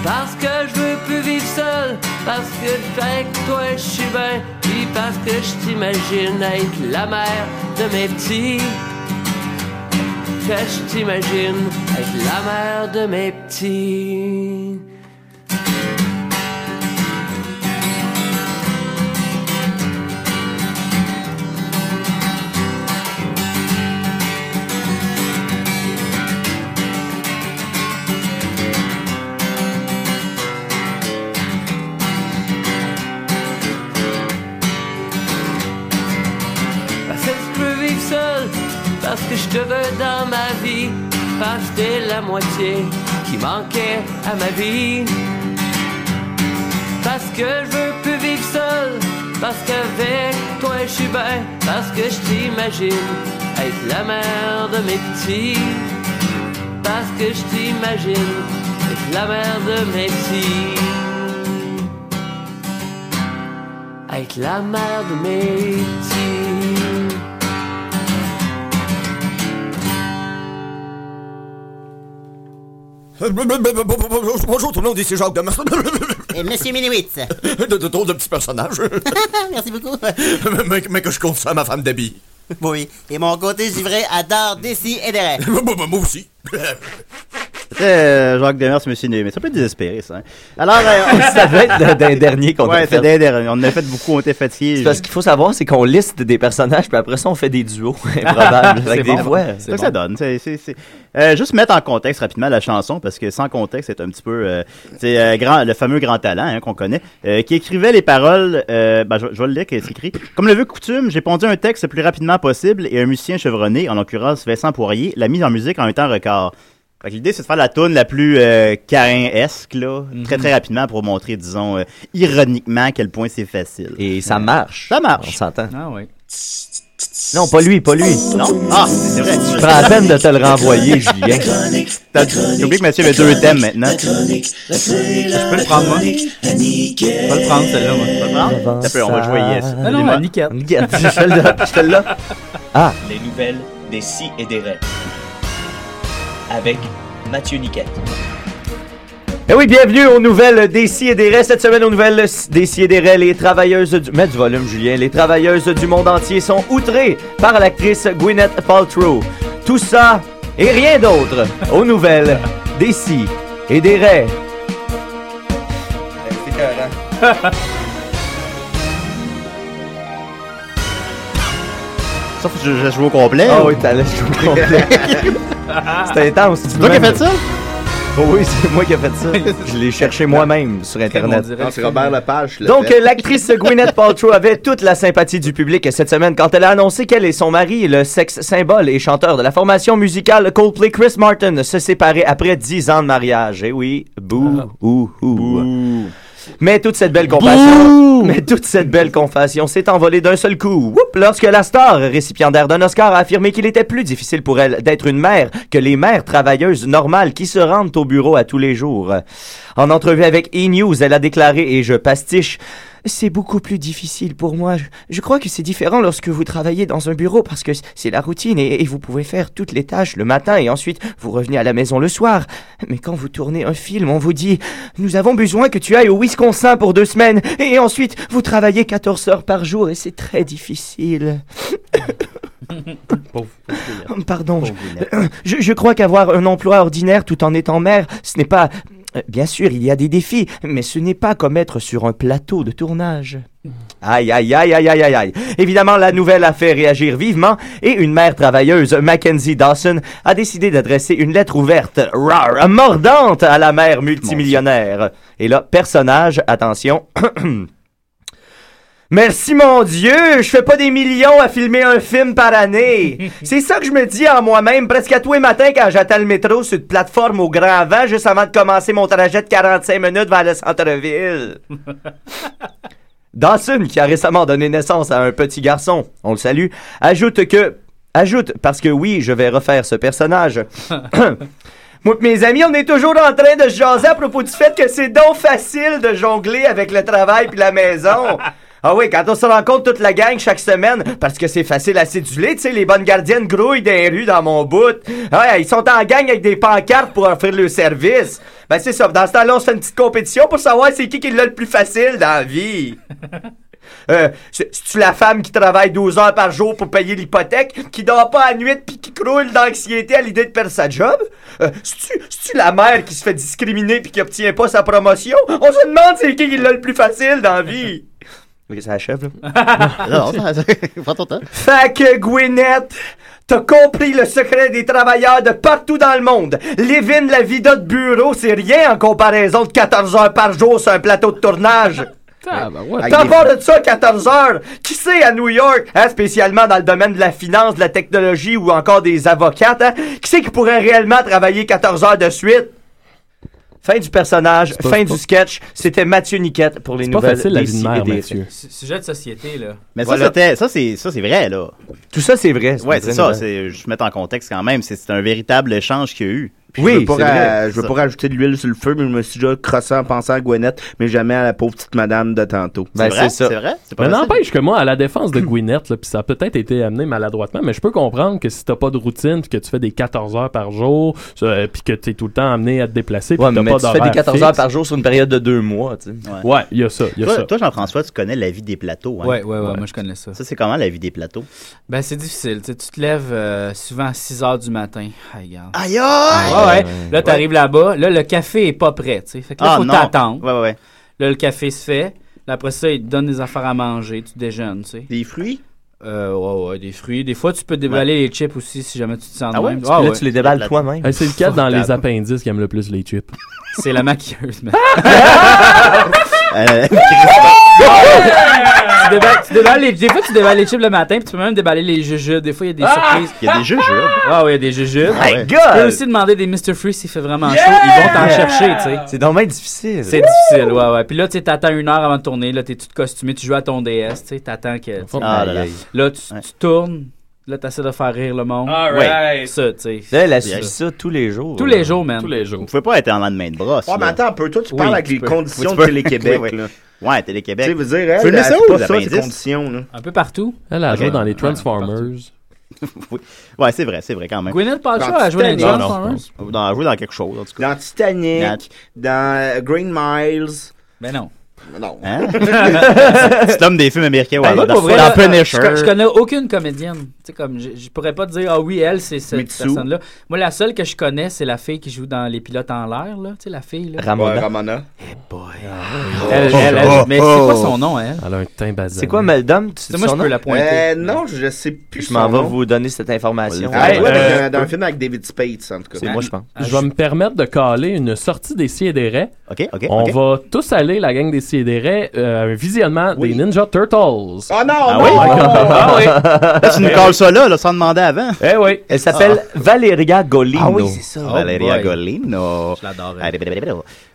[SPEAKER 15] Parce que je veux plus vivre seul, parce que avec toi je suis bien, puis parce que je t'imagine être la mère de mes petits. que je t'imagine être la mère de mes petits. Parce que je peux vivre seul, parce que je te veux dans ma vie, parce que t'es la moitié qui manquait à ma vie. Parce que je veux plus vivre seul, parce qu'avec toi je suis bien, parce que je t'imagine être la mère de mes petits. Parce que je t'imagine être la mère de mes petits. Être la mère de mes petits.
[SPEAKER 16] Bonjour tout le monde, ici Jacques de
[SPEAKER 17] Euh, Monsieur Minowitz.
[SPEAKER 16] De, de trop de petits personnages.
[SPEAKER 17] Merci beaucoup.
[SPEAKER 16] mais, mais que je compte ça à ma femme d'habit.
[SPEAKER 17] Oui, et mon côté givré adore d'ici et derrière.
[SPEAKER 16] Moi aussi.
[SPEAKER 4] C'était euh, Jacques Demers, Monsieur Né, mais ça peut être désespéré, ça. hein. Alors, euh,
[SPEAKER 10] Ça devait être d'un dernier qu'on a
[SPEAKER 4] Ouais,
[SPEAKER 10] fait.
[SPEAKER 4] c'est d'un dernier. On en a fait beaucoup, on était fatigués.
[SPEAKER 10] C'est parce qu'il faut savoir, c'est qu'on liste des personnages, puis après ça, on fait des duos improbables. Fait que des fois,
[SPEAKER 4] C'est ça que ça donne. C'est- c'est- c'est- Euh, juste mettre en contexte rapidement la chanson, parce que sans contexte, c'est un petit peu. euh, c'est euh, grand, le fameux grand talent hein, qu'on connaît, euh, qui écrivait les paroles. euh, ben, je, je vais le lire, qui est écrit. Comme le veut coutume, j'ai pondu un texte le plus rapidement possible et un musicien chevronné, en l'occurrence Vincent Poirier, l'a mis en musique en un temps record. Fait que L'idée, c'est de faire la toune la plus euh, Carin-esque, là, très très rapidement pour montrer, disons, euh, ironiquement à quel point c'est facile.
[SPEAKER 10] Et ça marche.
[SPEAKER 4] Ça marche. On
[SPEAKER 10] s'entend.
[SPEAKER 12] Ah oui.
[SPEAKER 10] Non, pas lui, pas lui.
[SPEAKER 4] Non. Ah, c'est vrai.
[SPEAKER 10] Je prends la peine de te le renvoyer, Julien.
[SPEAKER 4] T'as t'as oublié que Mathieu avait deux thèmes maintenant.
[SPEAKER 12] Je peux le prendre, moi. Je peux le prendre, celle-là, moi. Je peux le
[SPEAKER 4] prendre. Ça peut, on va jouer yes.
[SPEAKER 12] Ah non,
[SPEAKER 4] Dis-moi.
[SPEAKER 12] la niquette.
[SPEAKER 10] là Ah.
[SPEAKER 11] Les nouvelles des si et des rêves. Avec Mathieu Niquette.
[SPEAKER 10] Eh oui, bienvenue aux nouvelles des et des Cette semaine, aux nouvelles des et des les travailleuses du. Mets du volume, Julien. Les travailleuses du monde entier sont outrées par l'actrice Gwyneth Paltrow. Tout ça et rien d'autre aux nouvelles des et des
[SPEAKER 7] C'est cohérent.
[SPEAKER 4] Sauf que je, je joue au complet.
[SPEAKER 10] Ah oui, t'allais jouer au complet. C'était intense.
[SPEAKER 4] C'est toi qui as fait ça?
[SPEAKER 10] Oh oui, c'est moi qui ai fait ça. Je l'ai cherché moi-même sur Internet.
[SPEAKER 7] Non, c'est Robert Lepage. le
[SPEAKER 10] Donc,
[SPEAKER 7] fait.
[SPEAKER 10] euh, l'actrice Gwyneth Paltrow avait toute la sympathie du public cette semaine quand elle a annoncé qu'elle et son mari, le sexe symbole et chanteur de la formation musicale Coldplay Chris Martin, se séparaient après 10 ans de mariage. Eh oui, bouh, ouh, ouh. Mais toute cette belle compassion, mais toute cette belle compassion s'est envolée d'un seul coup. Whoop, lorsque la star, récipiendaire d'un Oscar, a affirmé qu'il était plus difficile pour elle d'être une mère que les mères travailleuses normales qui se rendent au bureau à tous les jours. En entrevue avec E-News, elle a déclaré, et je pastiche, c'est beaucoup plus difficile pour moi. Je, je crois que c'est différent lorsque vous travaillez dans un bureau parce que c'est la routine et, et vous pouvez faire toutes les tâches le matin et ensuite vous revenez à la maison le soir. Mais quand vous tournez un film, on vous dit Nous avons besoin que tu ailles au Wisconsin pour deux semaines et ensuite vous travaillez 14 heures par jour et c'est très difficile. Pardon, je, je, je crois qu'avoir un emploi ordinaire tout en étant mère, ce n'est pas... euh, Bien sûr, il y a des défis, mais ce n'est pas comme être sur un plateau de tournage. Aïe, aïe, aïe, aïe, aïe, aïe, aïe. Évidemment, la nouvelle a fait réagir vivement et une mère travailleuse, Mackenzie Dawson, a décidé d'adresser une lettre ouverte, rar, mordante à la mère multimillionnaire. Et là, personnage, attention. Merci mon Dieu, je fais pas des millions à filmer un film par année. C'est ça que je me dis en moi-même presque à tous les matins quand j'attends le métro sur une plateforme au grand vent juste avant de commencer mon trajet de 45 minutes vers le centre-ville. Dawson, qui a récemment donné naissance à un petit garçon, on le salue, ajoute que... Ajoute, parce que oui, je vais refaire ce personnage. Moi pis mes amis, on est toujours en train de se jaser à propos du fait que c'est donc facile de jongler avec le travail puis la maison. Ah oui, quand on se rencontre toute la gang chaque semaine, parce que c'est facile à séduler, tu sais, les bonnes gardiennes grouillent dans les rues dans mon bout. Ouais, ils sont en gang avec des pancartes pour offrir le service. Ben c'est ça, dans ce temps-là, on se fait une petite compétition pour savoir c'est qui qui l'a le plus facile dans la vie.
[SPEAKER 18] Euh, c'est- C'est-tu la femme qui travaille 12 heures par jour pour payer l'hypothèque, qui dort pas à nuit puis qui croule d'anxiété à l'idée de perdre sa job? Euh, C'est-tu c'est-tu la mère qui se fait discriminer puis qui obtient pas sa promotion? On se demande c'est qui qui l'a le plus facile dans la vie.
[SPEAKER 10] Ok, ça achève, là. hein.
[SPEAKER 18] Non,
[SPEAKER 4] non, ça- prends ton temps.
[SPEAKER 18] Fait que Gwyneth, t'as compris le secret des travailleurs de partout dans le monde. Lévin, la vida de bureau, c'est rien en comparaison de 14 heures par jour sur un plateau de tournage.
[SPEAKER 10] Ah, bah
[SPEAKER 18] T'en parles de ça 14 heures. Qui sait à New York, hein, spécialement dans le domaine de la finance, de la technologie ou encore des avocates, hein, qui sait qui pourrait réellement travailler 14 heures de suite? Fin du personnage,
[SPEAKER 10] pas-
[SPEAKER 18] fin
[SPEAKER 10] c'est
[SPEAKER 18] du sketch. C'était Mathieu Niquette pour les
[SPEAKER 10] pas
[SPEAKER 18] nouvelles
[SPEAKER 10] facile, la vie de
[SPEAKER 18] des
[SPEAKER 10] mère,
[SPEAKER 18] CIBDFM.
[SPEAKER 10] Mathieu.
[SPEAKER 12] Su- Sujet de société, là.
[SPEAKER 4] Mais
[SPEAKER 18] Voilà.
[SPEAKER 4] ça, c'était- ça, c'est, ça, c'est vrai, là.
[SPEAKER 10] Tout ça, c'est vrai.
[SPEAKER 4] Ouais,
[SPEAKER 18] une
[SPEAKER 4] c'est ça.
[SPEAKER 18] vraie-
[SPEAKER 4] C'est, je mets en contexte quand même. C'est, c'est un véritable échange qu'il y a eu. Puis
[SPEAKER 8] oui,
[SPEAKER 4] je
[SPEAKER 8] je
[SPEAKER 4] veux pas
[SPEAKER 8] veux pas, ra-
[SPEAKER 4] ra-
[SPEAKER 8] je veux
[SPEAKER 4] ça.
[SPEAKER 8] pas rajouter de l'huile sur le feu, mais je me suis déjà crossé en pensant à Gwyneth, mais jamais à la pauvre petite madame de tantôt.
[SPEAKER 4] Ben,
[SPEAKER 6] mais n'empêche que moi, à la défense de Gwyneth, là, puis ça a peut-être été amené maladroitement, mais je peux comprendre que si t'as pas de routine, puis que tu fais des 14 heures par jour, euh, puis que t'es tout le temps amené à te déplacer, puis
[SPEAKER 10] Ouais,
[SPEAKER 6] que t'as
[SPEAKER 10] mais
[SPEAKER 6] pas
[SPEAKER 10] tu fais des
[SPEAKER 6] d'horaire
[SPEAKER 10] 14
[SPEAKER 6] fixe.
[SPEAKER 10] heures par jour sur une période de deux mois, tu sais.
[SPEAKER 4] Ouais.
[SPEAKER 6] Ouais, il y a ça, il y a
[SPEAKER 4] toi,
[SPEAKER 6] ça.
[SPEAKER 4] toi, Jean-François, tu connais la vie des plateaux. Hein?
[SPEAKER 12] Ouais, ouais, ouais, moi, je connais ça.
[SPEAKER 4] Ça, c'est comment la vie des plateaux?
[SPEAKER 12] Ben, c'est difficile. tu sais, tu te lèves euh, souvent à 6 h du matin. Aïe, regarde.
[SPEAKER 4] Aïe, aïe!
[SPEAKER 6] Ah
[SPEAKER 12] Ouais, ouais. Là, t'arrives là-bas. Là, le café est pas prêt, tu sais. Fait que là,
[SPEAKER 4] Ah,
[SPEAKER 12] faut
[SPEAKER 4] non.
[SPEAKER 12] t'attendre.
[SPEAKER 4] Ouais, ouais.
[SPEAKER 12] Là, le café se fait. Là, après ça, ils te donnent des affaires à manger. Tu déjeunes, tu sais.
[SPEAKER 4] Des fruits?
[SPEAKER 12] Euh, ouais, ouais, des fruits. Des fois, tu peux déballer les chips aussi si jamais tu te sens de même.
[SPEAKER 10] Là, tu les déballes toi-même.
[SPEAKER 6] Hey, c'est le cas dans les
[SPEAKER 12] Formidable.
[SPEAKER 6] appendices qui aiment le plus les chips.
[SPEAKER 12] C'est la maquilleuse, mais.
[SPEAKER 4] Euh,
[SPEAKER 12] tu déballes, tu déballes les, des fois, tu déballes les chips le matin, puis tu peux même déballer les jujubes. Des fois, il y a des surprises.
[SPEAKER 4] Il y a des jujubes.
[SPEAKER 12] Ah oui, il y a des jujubes.
[SPEAKER 10] My
[SPEAKER 12] Ouais.
[SPEAKER 10] God!
[SPEAKER 12] Tu peux aussi demander des Mr. Free s'il fait vraiment chaud. Ils vont t'en chercher, tu sais.
[SPEAKER 10] C'est dommage difficile.
[SPEAKER 12] C'est difficile, ouais, ouais. Puis là, tu sais, t'attends une heure avant de tourner. Là, t'es tout costumé, tu joues à ton DS, tu sais, t'attends que.
[SPEAKER 10] Ah là là.
[SPEAKER 12] Là, tu, tu tournes. Là, t'essaies de faire rire le monde.
[SPEAKER 4] Ah,
[SPEAKER 10] Alright.
[SPEAKER 12] Ça, tu sais.
[SPEAKER 10] Là, elle assume ça tous les jours.
[SPEAKER 12] Tous les jours, man. Tous
[SPEAKER 6] les jours.
[SPEAKER 4] Vous pouvez pas être en lendemain de brosse.
[SPEAKER 8] Ouais, mais attends un peu, toi, tu
[SPEAKER 4] Oui,
[SPEAKER 8] parles avec
[SPEAKER 4] tu
[SPEAKER 8] les
[SPEAKER 4] peux.
[SPEAKER 8] conditions
[SPEAKER 4] Oui,
[SPEAKER 8] de
[SPEAKER 4] tu peux.
[SPEAKER 8] Télé-Québec,
[SPEAKER 4] Oui, oui.
[SPEAKER 8] là.
[SPEAKER 4] Ouais, Télé-Québec.
[SPEAKER 8] Tu sais, veux dire, elle,
[SPEAKER 4] Tu le mets
[SPEAKER 8] elle
[SPEAKER 4] ça
[SPEAKER 8] fait
[SPEAKER 4] où,
[SPEAKER 8] pas
[SPEAKER 4] les
[SPEAKER 8] ça, ses
[SPEAKER 4] appendices?
[SPEAKER 8] conditions, là.
[SPEAKER 12] Un peu partout.
[SPEAKER 6] Elle a
[SPEAKER 4] Ok.
[SPEAKER 6] joué dans les Transformers.
[SPEAKER 4] Oui. Ouais, c'est vrai, c'est vrai quand même.
[SPEAKER 12] Gwyneth Paltrow a joué dans les hein?
[SPEAKER 4] Titanic.
[SPEAKER 12] Transformers?
[SPEAKER 4] Non, non, Elle a joué dans quelque chose, en tout cas.
[SPEAKER 8] Dans Titanic, dans euh, Green Miles.
[SPEAKER 12] Ben non.
[SPEAKER 8] Non.
[SPEAKER 4] Hein? C'est l'homme des films américains, ouais.
[SPEAKER 12] Ben, moi,
[SPEAKER 4] dans
[SPEAKER 12] pour vrai,
[SPEAKER 4] dans
[SPEAKER 12] là,
[SPEAKER 4] Punisher.
[SPEAKER 12] Je, je connais aucune comédienne. Tu sais, comme, je, je pourrais pas te dire, ah oui, elle, c'est cette
[SPEAKER 4] Mitsu.
[SPEAKER 12] personne-là. Moi, la seule que je connais, c'est la fille qui joue dans Les Pilotes en l'air, là. Tu sais, la fille, là.
[SPEAKER 8] euh,
[SPEAKER 10] Ramona.
[SPEAKER 12] Eh boy.
[SPEAKER 10] ah,
[SPEAKER 4] Oh,
[SPEAKER 12] Elle- elle- elle- mais c'est quoi son nom, elle?
[SPEAKER 6] Elle a un teint basané.
[SPEAKER 10] C'est quoi, Meldom? Tu
[SPEAKER 12] C'est moi, je peux la pointer.
[SPEAKER 8] Euh, non, je sais plus.
[SPEAKER 10] Je m'en
[SPEAKER 8] son
[SPEAKER 10] vais
[SPEAKER 8] nom.
[SPEAKER 10] vous donner cette information.
[SPEAKER 8] Ah, ouais, avec, euh, dans un
[SPEAKER 10] euh,
[SPEAKER 8] film avec David Spade, en tout cas.
[SPEAKER 10] C'est moi, je pense.
[SPEAKER 6] Je vais me permettre de caler une sortie des Sidérés.
[SPEAKER 4] OK, OK.
[SPEAKER 6] On
[SPEAKER 4] ok.
[SPEAKER 6] va tous aller, la gang des Sidérés, à un visionnement des Ninja Turtles. Oh non!
[SPEAKER 8] Ah
[SPEAKER 4] oui?
[SPEAKER 6] Ah oui!
[SPEAKER 4] Là, tu nous calles ça là, là, sans demander avant.
[SPEAKER 6] Eh oui.
[SPEAKER 10] Elle s'appelle Valeria Golino.
[SPEAKER 4] Ah oui, c'est ça.
[SPEAKER 10] Oh
[SPEAKER 4] Valeria
[SPEAKER 10] boy.
[SPEAKER 4] Golino. Je l'adore.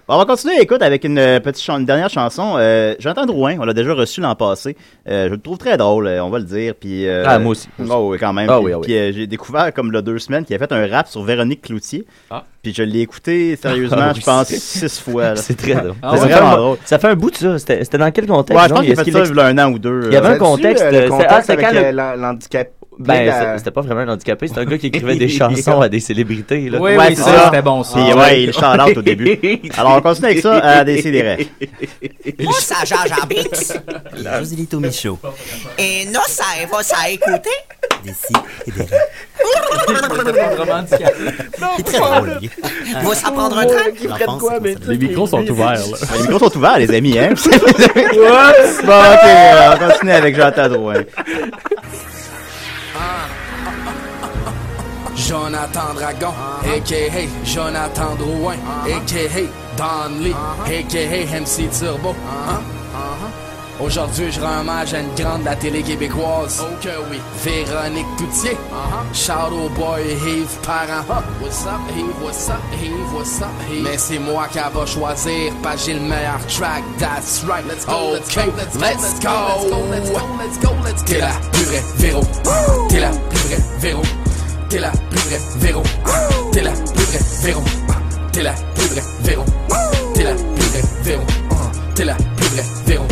[SPEAKER 4] On va continuer, écoute, avec une euh, petite chan- une dernière chanson. Euh, J'entends Drouin, on l'a déjà reçu l'an passé. Euh, je le trouve très drôle, euh, on va le dire. Puis, euh,
[SPEAKER 10] Ah, moi aussi.
[SPEAKER 4] Oh, oui, quand même.
[SPEAKER 10] Ah
[SPEAKER 4] puis
[SPEAKER 10] oui, ah oui.
[SPEAKER 4] puis, euh, j'ai découvert, comme le deux semaines, qu'il a fait un rap sur Véronique Cloutier.
[SPEAKER 6] Ah.
[SPEAKER 4] Puis je l'ai écouté, sérieusement,
[SPEAKER 10] Ah oui,
[SPEAKER 4] je pense,
[SPEAKER 10] c'est-
[SPEAKER 4] six fois. là.
[SPEAKER 10] C'est très drôle.
[SPEAKER 4] Ah,
[SPEAKER 10] ça,
[SPEAKER 4] c'est
[SPEAKER 10] fait un,
[SPEAKER 4] vraiment
[SPEAKER 10] bout-
[SPEAKER 4] drôle.
[SPEAKER 10] ça fait un bout de ça. C'était c'était dans quel contexte?
[SPEAKER 4] Ouais, je pense
[SPEAKER 10] genre?
[SPEAKER 4] qu'il a
[SPEAKER 10] Est-ce
[SPEAKER 4] fait
[SPEAKER 10] qu'il
[SPEAKER 4] ça
[SPEAKER 10] ex-
[SPEAKER 4] il y a un an ou deux,
[SPEAKER 10] Il y avait
[SPEAKER 4] euh,
[SPEAKER 10] un
[SPEAKER 4] Sais-tu,
[SPEAKER 10] contexte.
[SPEAKER 4] euh, le
[SPEAKER 10] euh, c'est-
[SPEAKER 4] contexte
[SPEAKER 10] ah, c'est
[SPEAKER 4] avec,
[SPEAKER 10] quand le-
[SPEAKER 4] euh,
[SPEAKER 8] l'han- l'handicap.
[SPEAKER 10] Ben,
[SPEAKER 8] la-
[SPEAKER 10] c'est- c'était pas vraiment un handicapé, c'était un gars qui écrivait des chansons à des célébrités. Là.
[SPEAKER 4] Oui, Ouais, oui, c'est ça, ça. c'était bon, ça. Puis, ouais, il shout out au début. Alors, on continue avec ça euh, à Décideret.
[SPEAKER 5] Moi, ça Jean Jambix.
[SPEAKER 17] La Joselito Michaud.
[SPEAKER 5] Et nous, ça, on va ça écouter.
[SPEAKER 17] D'ici
[SPEAKER 5] C'est
[SPEAKER 17] très drôle, lui.
[SPEAKER 5] Vous, ça prendre un train?
[SPEAKER 6] Les micros sont ouverts, là.
[SPEAKER 4] Les micros sont ouverts, les amis, hein? Bon, ok, euh, on continue avec J'entends Drouin.
[SPEAKER 19] Jonathan Dragon, a.k.a. Jonathan Drouin, a.k.a. Don Lee, a.k.a. MC Turbo. Hein? Aujourd'hui, je rends hommage à une grande de la télé québécoise. Oh que oui. Véronique Coutier. Shout au boy Yves Parent. What's up, Yves? What's up, Yves? What's up, Yves? Mais c'est moi qui va choisir, pas j'ai le meilleur track. That's right. Let's go, let's go, let's go, let's go, let's go, let's go, let's go. T'es la plus vraie Véro. T'es la plus vraie Véro. T'es la plus vraie Véro. T'es la plus vraie Véro. T'es la plus vraie Véro. T'es la plus vraie Véro. T'es la plus vraie Véro.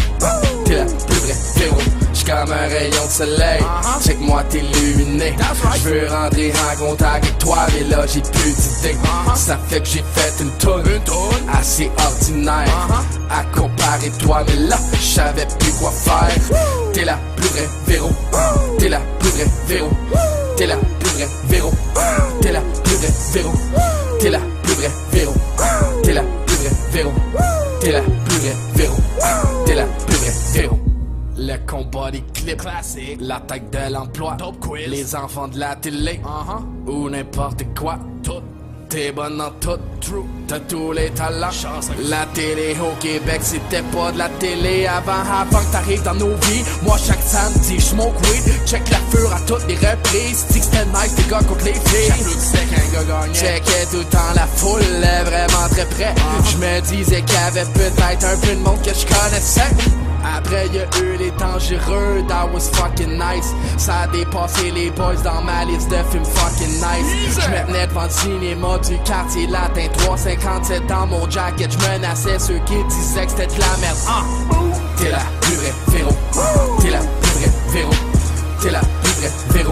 [SPEAKER 19] T'es la plus vraie Véro. J'suis comme un rayon rayon de soleil. Check moi t'illuminer. Je veux rentrer en contact avec toi, mais là j'ai plus d'idées. Ça fait que j'ai fait Uh-huh. une toune, Uh-huh. assez ordinaire. À comparer toi, mais là je savais plus quoi faire. T'es la plus vraie Véro, t'es la plus vraie Véro, t'es la plus vraie Véro, t'es la plus vraie Véro, t'es la plus vraie Véro, t'es la plus vraie Véro, t'es la plus vraie Véro, t'es la plus vraie Véro. Le combat des clips, classique, l'attaque de l'emploi, les enfants de la télé, ou n'importe quoi, Uh-huh. tout. T'es bonne dans tout, true. hein. T'as tous les talents. La télé au Québec, c'était pas de la télé avant. Avant que t'arrives dans nos vies, moi chaque samedi, j'smoke weed. Check la fure à toutes les reprises. Dis que c'était nice, les gars contre les filles. Check qu'un gars gagnait. Checkais tout le temps la foule, est vraiment très près. J'me disais qu'il y avait peut-être un peu de monde que j'connaissais. Après y a eu les temps dangereux, that was fucking nice Ça a dépassé les boys dans ma liste de films fucking nice Je me tenais devant le cinéma du quartier latin 357 dans mon jacket Je menaçais ceux qui disaient que c'était de la merde Ah! T'es la plus vraie Véro T'es la plus vraie Véro T'es la plus vraie Véro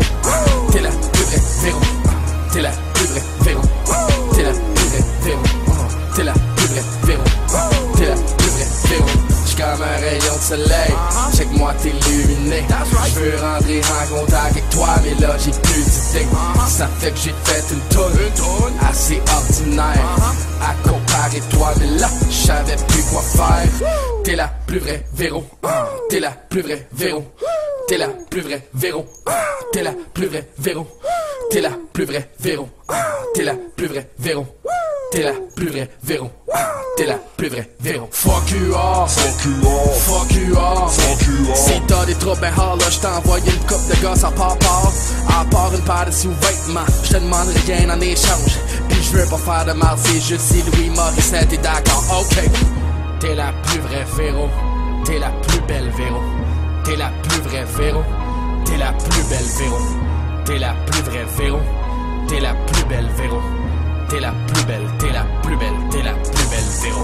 [SPEAKER 19] T'es la plus vraie Véro T'es la plus vraie Véro T'es la plus vraie Véro T'es la plus vraie Véro T'es la plus vraie Véro J'suis comme un rayon de soleil Check-moi t'illuminer J'veux rentrer en contact avec toi Mais là j'ai plus d'idées Ça fait que j'ai fait une toune Assez ordinaire À comparer toi Mais là j'savais plus quoi faire T'es la plus vraie Véro T'es la plus vraie Véro T'es la plus vraie Véro T'es la plus vraie Véro T'es la plus vraie Véro T'es la plus vraie Véro T'es la plus vraie Véro T'es la plus vraie Véro Fuck you all Fuck you all Fuck you all Fuck you all Si t'as des troubles ben holla Je t'envoie une coupe de gosses à part part À part une paire de sous-vêtements Je te demande rien en échange Puis je veux pas faire de mal C'est juste si Louis Morissette est d'accord Ok T'es la plus vraie Véro T'es la plus belle Véro T'es la plus vraie Véro T'es la plus belle Véro T'es la plus vraie Véro T'es la plus belle Véro T'es la plus belle, t'es la plus belle, t'es la plus belle Véro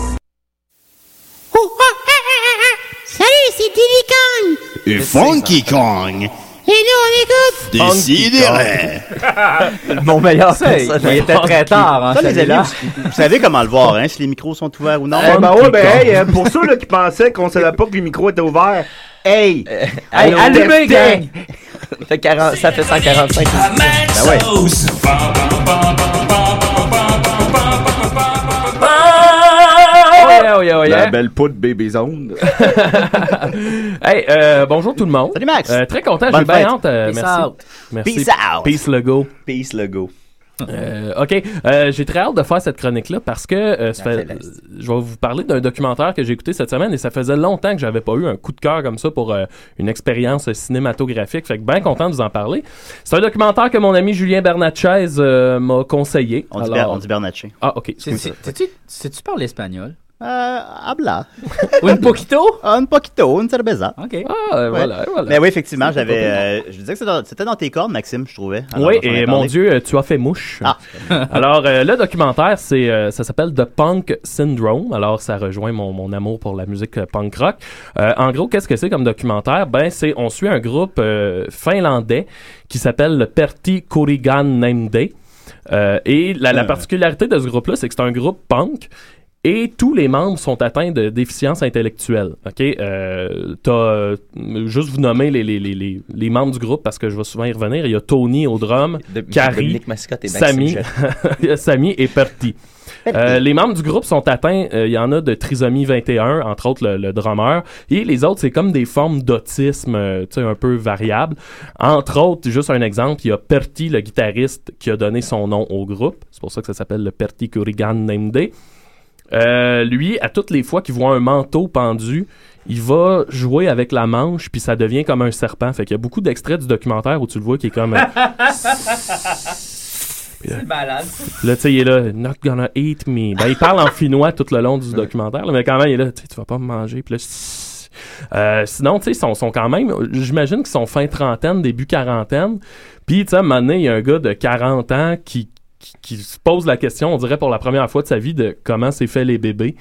[SPEAKER 20] Salut, c'est Diddy Kong!
[SPEAKER 5] Et Funky Kong.
[SPEAKER 20] Et nous, on écoute!
[SPEAKER 5] Décidérez.
[SPEAKER 4] Mon meilleur
[SPEAKER 5] conseil.
[SPEAKER 4] personnage.
[SPEAKER 5] Il était très tard, hein,
[SPEAKER 4] Ça, les
[SPEAKER 5] celui-là.
[SPEAKER 4] amis, vous, vous savez comment le voir, hein, si les micros sont ouverts ou non.
[SPEAKER 8] Eh ben
[SPEAKER 4] Funky
[SPEAKER 8] ouais, ben
[SPEAKER 4] Kong.
[SPEAKER 8] hey, euh, pour ceux là, qui pensaient qu'on savait pas que le micro était ouvert, hey!
[SPEAKER 6] Euh,
[SPEAKER 10] allô,
[SPEAKER 8] allumez,
[SPEAKER 10] gang.
[SPEAKER 8] gang!
[SPEAKER 10] Ça fait 40 ça fait 145
[SPEAKER 5] Ben
[SPEAKER 10] ouais.
[SPEAKER 6] Oh, yeah, oh, yeah.
[SPEAKER 7] La belle poudre Baby Zone.
[SPEAKER 6] Hey, euh, bonjour tout le monde. Salut Max. très content, j'ai
[SPEAKER 7] Bonne fête.
[SPEAKER 6] bien hâte. euh,
[SPEAKER 7] Peace
[SPEAKER 6] merci.
[SPEAKER 7] out.
[SPEAKER 6] Merci.
[SPEAKER 7] Peace out.
[SPEAKER 6] euh, Peace logo.
[SPEAKER 10] Peace logo.
[SPEAKER 6] Euh, ok, Euh, j'ai très hâte de faire cette chronique-là parce que euh, ça fait- je vais vous parler d'un documentaire que j'ai écouté cette semaine et ça faisait longtemps que j'avais pas eu un coup de cœur comme ça pour euh, une expérience cinématographique. Fait que bien content de vous en parler. C'est un documentaire que mon ami Julien Bernatchez euh, m'a conseillé.
[SPEAKER 4] On dit Ber- on dit Bernatchez.
[SPEAKER 6] Ah, ok.
[SPEAKER 12] Sais-tu- sais-tu- Sais-tu parles espagnol?
[SPEAKER 4] Euh, habla.
[SPEAKER 12] un poquito?
[SPEAKER 4] Un poquito, une cerveza.
[SPEAKER 12] OK.
[SPEAKER 6] Ah, euh, voilà, voilà.
[SPEAKER 4] Mais oui, effectivement,
[SPEAKER 6] C'est pas
[SPEAKER 4] j'avais.
[SPEAKER 6] pire.
[SPEAKER 4] euh, je disais que c'était dans- c'était dans tes cordes, Maxime, je trouvais. Alors,
[SPEAKER 6] Oui,
[SPEAKER 4] on s'en est
[SPEAKER 6] et mon
[SPEAKER 4] parlé. Ah, ben
[SPEAKER 6] Dieu, euh, tu as fait mouche. Alors, euh, le documentaire, c'est, euh, ça s'appelle The Punk Syndrome. Alors, ça rejoint mon, mon amour pour la musique euh, punk rock. Euh, en gros, qu'est-ce que c'est comme documentaire? Ben, c'est, on suit un groupe euh, finlandais qui s'appelle le Pertti Kurigan Name Day. Euh, et la, la particularité de ce groupe-là, c'est que c'est un groupe punk. Et tous les membres sont atteints de déficience intellectuelle. OK? Euh, t'as, euh, juste vous nommer les, les, les, les, les membres du groupe parce que je vais souvent y revenir. Il y a Tony au drum,
[SPEAKER 10] De-
[SPEAKER 6] Carrie,
[SPEAKER 10] Dominique Mascotte et Maxime
[SPEAKER 6] Samy, Samy et Perti. Euh, les membres du groupe sont atteints, euh, il y en a de trisomie 21, entre autres le, le drummer, et les autres, c'est comme des formes d'autisme euh, tu sais, un peu variables. Entre autres, juste un exemple, il y a Perti, le guitariste, qui a donné son nom au groupe. C'est pour ça que ça s'appelle le Perti Kurigan Name Day. Euh, lui, à toutes les fois qu'il voit un manteau pendu, il va jouer avec la manche, puis ça devient comme un serpent. Fait qu'il y a beaucoup d'extraits du documentaire où tu le vois qui est comme... euh,
[SPEAKER 12] C'est malade.
[SPEAKER 6] Là, tu sais, il est là, not gonna eat me. Ben, il parle en finnois tout le long du documentaire, là, mais quand même, il est là, tu sais, tu vas pas me manger. Puis là, Sss. Euh, sinon, tu sais, ils sont, sont quand même, j'imagine qu'ils sont fin trentaine, début quarantaine. Puis, tu sais, à un moment donné, il y a un gars de 40 ans qui, qui, qui se pose la question, on dirait pour la première fois de sa vie, de comment s'est fait les bébés.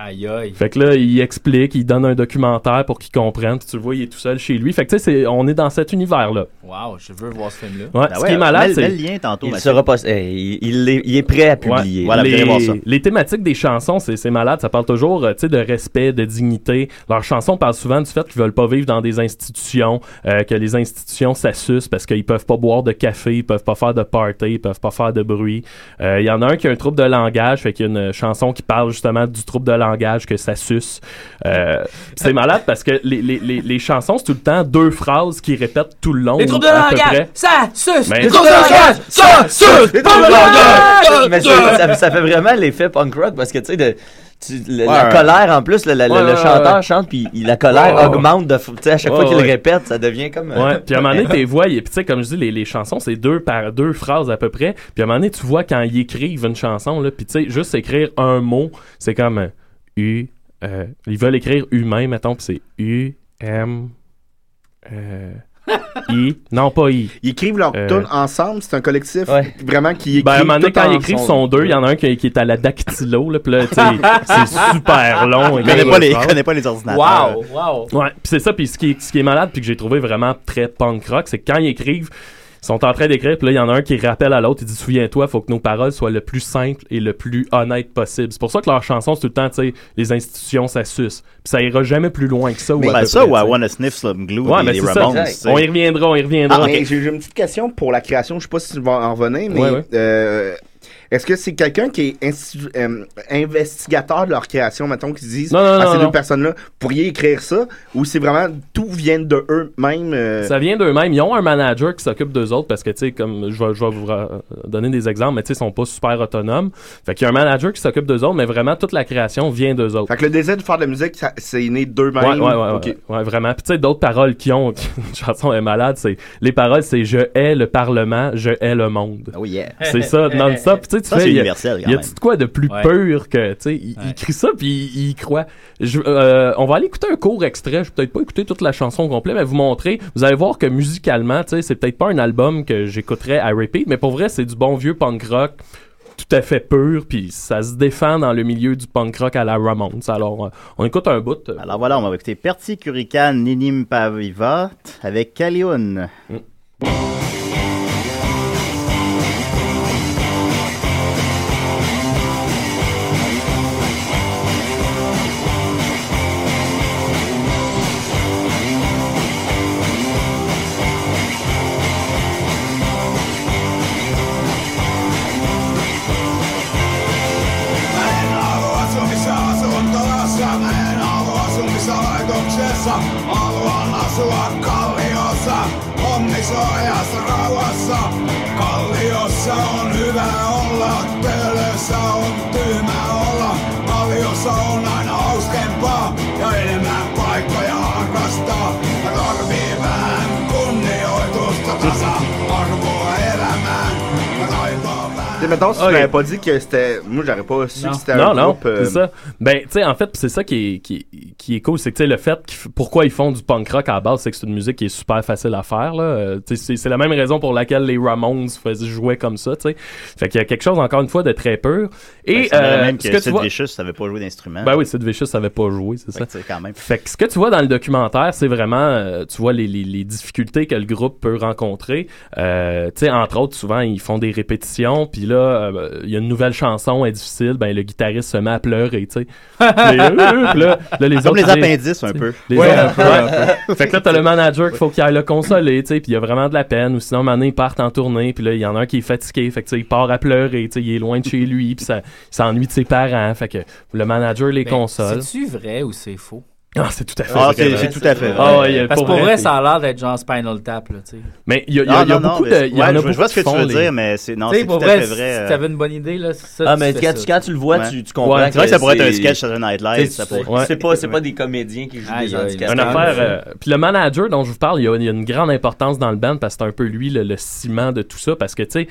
[SPEAKER 12] Aïe aïe.
[SPEAKER 6] Fait que là, il explique, il donne un documentaire pour qu'ils comprennent. Puis tu le vois, il est tout seul chez lui. Fait que tu sais, c'est- on est dans cet univers-là.
[SPEAKER 12] Wow, je veux voir ce film-là.
[SPEAKER 6] Ouais,
[SPEAKER 4] Ben
[SPEAKER 6] ce qui est malade, c'est.
[SPEAKER 10] Il sera pas- eh, il, il est, il est prêt à publier.
[SPEAKER 6] Ouais, les, les thématiques des chansons, c'est c'est malade. Ça parle toujours euh, tu sais, de respect, de dignité. Leurs chansons parlent souvent du fait qu'ils veulent pas vivre dans des institutions, euh, que les institutions s'assucent parce qu'ils peuvent pas boire de café, ils peuvent pas faire de party, ils peuvent pas faire de bruit. Euh, Il y en a un qui a un trouble de langage, fait qu'il y a une chanson qui parle justement du trouble de langage que ça suce. Euh, c'est malade parce que les, les, les, les chansons, c'est tout le temps deux phrases qui répètent tout le long.
[SPEAKER 12] Les troubles de
[SPEAKER 6] à peu
[SPEAKER 12] langage,
[SPEAKER 6] près.
[SPEAKER 12] ça suce!
[SPEAKER 6] Mais-
[SPEAKER 12] Les troubles de langage, ça suce! Les troubles de langage,
[SPEAKER 10] Mais ça, ça- ça fait vraiment l'effet punk rock parce que tu sais, de- tu- le- la Ouais. colère en plus, le, le- le-
[SPEAKER 6] Ouais,
[SPEAKER 10] le
[SPEAKER 6] ouais,
[SPEAKER 10] chanteur
[SPEAKER 6] ouais.
[SPEAKER 10] chante puis il- la colère
[SPEAKER 6] Ouais, ouais.
[SPEAKER 10] augmente de, f- tu sais, à chaque
[SPEAKER 6] Ouais,
[SPEAKER 10] fois qu'il
[SPEAKER 6] ouais.
[SPEAKER 10] le répète, ça devient comme. euh,
[SPEAKER 6] Ouais, puis à un moment donné, t'es vois, et puis tu sais, comme je dis, les, les chansons, c'est deux par deux phrases à peu près. Puis à un moment donné, tu vois quand ils écrivent une chanson, là, puis tu sais, juste écrire un mot, c'est comme euh, U. euh, ils veulent écrire humain, mettons, puis c'est U, M, euh, I. Non, pas I.
[SPEAKER 8] Ils écrivent leur
[SPEAKER 6] Euh,
[SPEAKER 8] tune ensemble, c'est un collectif vraiment qui écrit.
[SPEAKER 6] ben, à un moment donné,
[SPEAKER 8] tout
[SPEAKER 6] quand ils
[SPEAKER 8] ensemble.
[SPEAKER 6] écrivent son deux, il y en a un qui, qui est à la dactylo, là, puis là, tu sais, c'est super long.
[SPEAKER 4] Il connaît pas les- il connaît pas les ordinateurs.
[SPEAKER 12] Euh,
[SPEAKER 6] Wow! Ouais, puis c'est ça, puis ce qui, est- ce qui est malade, puis que j'ai trouvé vraiment très punk rock, c'est que quand ils écrivent, ils sont en train d'écrire, puis là, il y en a un qui rappelle à l'autre, il dit Souviens-toi, faut que nos paroles soient le plus simples et le plus honnêtes possible. C'est pour ça que leur chanson, c'est tout le temps, tu sais, les institutions, ça suce. Puis ça ira jamais plus loin que ça.
[SPEAKER 4] Mais ben
[SPEAKER 6] à peu
[SPEAKER 4] ça,
[SPEAKER 6] près,
[SPEAKER 4] ou I
[SPEAKER 6] tu sais.
[SPEAKER 4] Wanna Sniff Slum Glue
[SPEAKER 6] ben, Ouais,
[SPEAKER 4] des,
[SPEAKER 6] mais
[SPEAKER 4] des
[SPEAKER 6] c'est ça.
[SPEAKER 4] Ramones.
[SPEAKER 6] Exact. On y reviendra, on y reviendra.
[SPEAKER 8] Ah,
[SPEAKER 6] Ok.
[SPEAKER 8] mais J'ai j'ai une petite question pour la création. Je sais pas si tu vas en revenir, mais
[SPEAKER 6] Ouais, ouais.
[SPEAKER 8] euh, est-ce que c'est quelqu'un qui est institu- euh, investigateur de leur création, mettons, qui disent
[SPEAKER 6] Non, non,
[SPEAKER 8] ah,
[SPEAKER 6] non,
[SPEAKER 8] ces
[SPEAKER 6] non.
[SPEAKER 8] deux personnes-là, pourriez écrire ça, ou c'est vraiment tout vient de eux-mêmes euh,
[SPEAKER 6] Ça vient d'eux-mêmes. Ils ont un manager qui s'occupe d'eux autres parce que, tu sais, comme je vais, je vais vous ra- donner des exemples, mais tu sais, ils sont pas super autonomes. Fait qu'il y a un manager qui s'occupe d'eux autres, mais vraiment toute la création vient d'eux autres.
[SPEAKER 8] Fait que le désir de faire de la musique, ça- c'est né
[SPEAKER 6] Ouais,
[SPEAKER 8] d'eux-mêmes.
[SPEAKER 6] ouais, ouais,
[SPEAKER 8] Ok.
[SPEAKER 6] ouais, ouais, vraiment. Puis tu sais, d'autres paroles qui ont, une chanson est malade, c'est, les paroles, c'est je hais le Parlement, je hais le monde.
[SPEAKER 4] Oh yeah.
[SPEAKER 6] C'est ça, non-stop. Puis tu sais, tu
[SPEAKER 4] Ça,
[SPEAKER 6] fais,
[SPEAKER 4] c'est
[SPEAKER 6] y a-
[SPEAKER 4] universel, quand
[SPEAKER 6] Y a
[SPEAKER 4] même.
[SPEAKER 6] de quoi de plus
[SPEAKER 4] Ouais.
[SPEAKER 6] pur que, tu sais, il, il crie ça puis il, il croit. Je- euh, on va aller écouter un court extrait. Je vais peut-être pas écouter toute la chanson au complet, mais vous montrer. Vous allez voir que musicalement, tu sais, c'est peut-être pas un album que j'écouterais à repeat, mais pour vrai, c'est du bon vieux punk rock tout à fait pur, puis ça se défend dans le milieu du punk rock à la Ramones. Alors, euh, on écoute un bout.
[SPEAKER 4] Alors voilà, on va écouter Perti Curican Ninim Pavivat avec Calion.
[SPEAKER 21] Onni suojassa rauhassa, kalliossa on hyvä olla, töölössä on tyhmä olla. Kalliossa on aina hauskempaa ja enemmän paikkoja harrastaa. Ja tarvii vähän kunnioitusta tasa, arvoa elämään ja kaipaa vähän.
[SPEAKER 8] Tu sais, mettons, si tu m'avais pas dit que c'était. Moi, j'aurais pas su que c'était un
[SPEAKER 6] non, non,
[SPEAKER 8] groupe, euh,
[SPEAKER 6] c'est ça. Ben, tu sais, en fait, pis c'est ça qui est, qui, est- qui est cool, c'est que tu sais, le fait qu'ils f- pourquoi ils font du punk rock à la base, c'est que c'est une musique qui est super facile à faire. Là. Euh, tu sais, c'est c'est la même raison pour laquelle les Ramones faisaient jouer comme ça. tu sais. Fait qu'il y a quelque chose, encore une fois, de très pur. Et
[SPEAKER 8] Ben,
[SPEAKER 4] ça dirait
[SPEAKER 6] euh,
[SPEAKER 4] même
[SPEAKER 6] ce
[SPEAKER 4] que,
[SPEAKER 6] que tu
[SPEAKER 4] Sid
[SPEAKER 6] vois-
[SPEAKER 4] Vicious savait pas jouer d'instrument.
[SPEAKER 6] ben oui, Sid Vicious savait pas jouer, c'est ça.
[SPEAKER 4] que c'est quand même-
[SPEAKER 6] Fait que ce que tu vois dans le documentaire, c'est vraiment, euh, tu vois les, les- les difficultés que le groupe peut rencontrer. Euh, tu sais, entre autres, souvent ils font des répétitions, puis là, euh, il y a une nouvelle chanson, elle est difficile, ben le guitariste se met à pleurer, tu sais. Puis, euh, euh, puis là, là, les
[SPEAKER 4] Comme
[SPEAKER 6] autres,
[SPEAKER 4] les
[SPEAKER 6] tu sais,
[SPEAKER 4] appendices,
[SPEAKER 6] tu
[SPEAKER 4] un
[SPEAKER 6] sais,
[SPEAKER 4] peu.
[SPEAKER 6] Les
[SPEAKER 4] Ouais,
[SPEAKER 6] autres,
[SPEAKER 4] un
[SPEAKER 6] un peu,
[SPEAKER 4] peu,
[SPEAKER 6] ouais,
[SPEAKER 4] un peu.
[SPEAKER 6] Fait que là, t'as le manager qu'il faut qu'il aille le consoler, tu sais, puis il y a vraiment de la peine. Ou sinon, maintenant, ils partent en tournée, puis là, il y en a un qui est fatigué, fait que tu sais, il part à pleurer, tu sais, il est loin de chez lui, puis ça, il s'ennuie de ses parents, fait que le manager les console.
[SPEAKER 12] Ben, C'est-tu vrai ou c'est faux?
[SPEAKER 6] Ah, c'est tout à fait
[SPEAKER 12] Ah,
[SPEAKER 6] vrai.
[SPEAKER 12] c'est-
[SPEAKER 6] C'est
[SPEAKER 12] c'est
[SPEAKER 6] tout
[SPEAKER 12] tout
[SPEAKER 6] à fait vrai.
[SPEAKER 12] Ah,
[SPEAKER 6] Ah, ouais, il y a-
[SPEAKER 12] Parce
[SPEAKER 6] pour
[SPEAKER 12] que pour
[SPEAKER 6] vrai,
[SPEAKER 12] vrai,
[SPEAKER 6] c'est-
[SPEAKER 12] ça a l'air d'être genre Spinal Tap, là, tu sais.
[SPEAKER 6] Mais il y a- il y a-
[SPEAKER 12] Ah,
[SPEAKER 6] il y a
[SPEAKER 12] non, non,
[SPEAKER 6] beaucoup de.
[SPEAKER 12] mais-
[SPEAKER 6] il y en
[SPEAKER 12] ouais,
[SPEAKER 6] a
[SPEAKER 12] je- je
[SPEAKER 6] beaucoup
[SPEAKER 12] vois ce
[SPEAKER 6] qui
[SPEAKER 12] que tu
[SPEAKER 6] font
[SPEAKER 12] veux
[SPEAKER 6] les-
[SPEAKER 12] dire, mais c'est- non, Tu sais, c'est pour tout à vrai, fait si- vrai, si euh. t'avais une bonne idée, là, ça,
[SPEAKER 10] Ah,
[SPEAKER 12] tu
[SPEAKER 10] mais
[SPEAKER 12] fais
[SPEAKER 10] quand,
[SPEAKER 12] ça.
[SPEAKER 10] tu, quand tu le vois,
[SPEAKER 12] Ouais.
[SPEAKER 10] tu, tu comprends.
[SPEAKER 6] Ouais, c'est vrai que ça pourrait être un
[SPEAKER 10] c'est-
[SPEAKER 6] sketch sur un Night Live,
[SPEAKER 10] Tu sais,
[SPEAKER 6] ça
[SPEAKER 10] c'est-
[SPEAKER 6] pourrait-
[SPEAKER 10] C'est pas, c'est pas des comédiens qui jouent des handicapés.
[SPEAKER 6] Une affaire. euh, puis le manager dont je vous parle, il y, a, il y a une grande importance dans le band parce que c'est un peu lui le, le ciment de tout ça. Parce que, tu sais,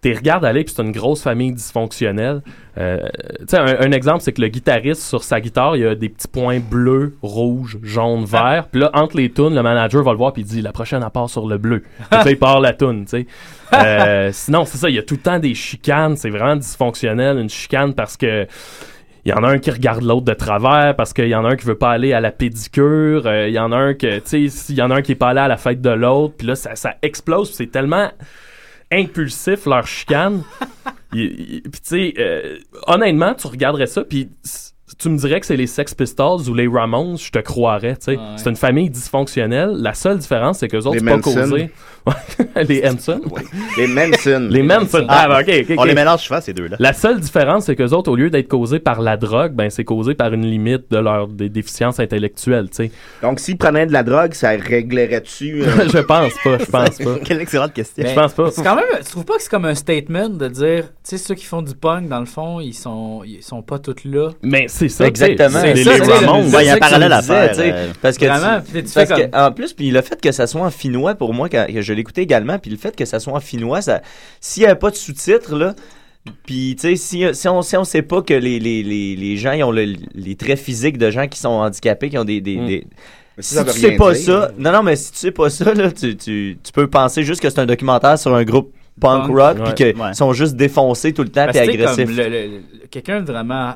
[SPEAKER 6] t'es regardes aller, puis c'est une grosse famille dysfonctionnelle. Euh, tu sais, un, un exemple, c'est que le guitariste, sur sa guitare, il y a des petits points bleus, rouges, jaunes, verts. Puis là, entre les tunes, le manager va le voir, puis il dit la prochaine, elle part sur le bleu. Puis là, il part la tune, tu sais. Euh, sinon, c'est ça, il y a tout le temps des chicanes, c'est vraiment dysfonctionnel. Une chicane parce que il y en a un qui regarde l'autre de travers parce qu'il y en a un qui veut pas aller à la pédicure, euh, il y en a un que tu sais, il y en a un qui est pas allé à la fête de l'autre, puis là ça, ça explose, puis c'est tellement impulsif leur chicane. Il- il- puis tu sais, euh, honnêtement, tu regarderais ça, puis s- tu me dirais que c'est les Sex Pistols ou les Ramones, je te croirais. tu sais. C'est une famille dysfonctionnelle. La seule différence, c'est que autres,
[SPEAKER 4] Les
[SPEAKER 6] c'est pas
[SPEAKER 4] Manson.
[SPEAKER 6] causé. les Hanson.
[SPEAKER 4] Les Manson.
[SPEAKER 6] Les Manson. Ah, bah, ok, ok,
[SPEAKER 4] On
[SPEAKER 6] ok.
[SPEAKER 4] les mélange souvent, ces deux-là.
[SPEAKER 6] La seule différence, c'est qu'eux autres, au lieu d'être causés par la drogue, ben c'est causé par une limite de leur dé- déficience intellectuelle, tu sais.
[SPEAKER 8] Donc, s'ils prenaient de la drogue, ça réglerait-tu? euh,
[SPEAKER 6] je pense pas, je pense pas.
[SPEAKER 4] Quelle excellente question.
[SPEAKER 12] Ben,
[SPEAKER 6] je pense pas.
[SPEAKER 12] C'est quand même, tu trouves pas que c'est comme un statement de dire, tu sais, ceux qui font du punk, dans le fond, ils sont, ils sont pas tous là.
[SPEAKER 6] Mais c'est
[SPEAKER 10] ça, Exactement.
[SPEAKER 12] C'est
[SPEAKER 10] C'est
[SPEAKER 12] ça,
[SPEAKER 10] les
[SPEAKER 12] tu sais,
[SPEAKER 10] Ramones.
[SPEAKER 12] c'est
[SPEAKER 10] Ouais, il y a
[SPEAKER 12] ça
[SPEAKER 10] un
[SPEAKER 12] que tu
[SPEAKER 10] parallèle
[SPEAKER 12] me
[SPEAKER 10] à
[SPEAKER 12] disais,
[SPEAKER 10] faire.
[SPEAKER 12] tu sais.
[SPEAKER 10] euh, Parce que
[SPEAKER 12] Vraiment,
[SPEAKER 10] tu-
[SPEAKER 12] puis tu fais
[SPEAKER 10] parce
[SPEAKER 12] comme-
[SPEAKER 10] que, en plus, puis le fait que ça soit en finnois pour moi, quand, que je l'écoutais également, puis le fait que ça soit en finnois, ça, s'il n'y avait pas de sous-titres, là, puis tu sais, si, si on si on sait pas que les, les, les, les gens, ils ont le- les traits physiques de gens qui sont handicapés, qui ont des. des,
[SPEAKER 12] Mm.
[SPEAKER 10] des-
[SPEAKER 12] Mais
[SPEAKER 10] si
[SPEAKER 12] ça, ça
[SPEAKER 10] tu
[SPEAKER 12] veut
[SPEAKER 10] sais
[SPEAKER 12] rien
[SPEAKER 10] pas
[SPEAKER 12] dire.
[SPEAKER 10] ça, non, non, mais si tu sais pas ça, là, tu, tu, tu peux penser juste que c'est un documentaire sur un groupe punk
[SPEAKER 12] Punk.
[SPEAKER 10] rock,
[SPEAKER 12] Ouais.
[SPEAKER 10] puis qu'ils
[SPEAKER 12] Ouais.
[SPEAKER 10] sont juste défoncés tout le
[SPEAKER 6] Ah,
[SPEAKER 10] temps, puis
[SPEAKER 12] Parce que tu sais,
[SPEAKER 10] agressifs.
[SPEAKER 12] comme le- le- le- Quelqu'un vraiment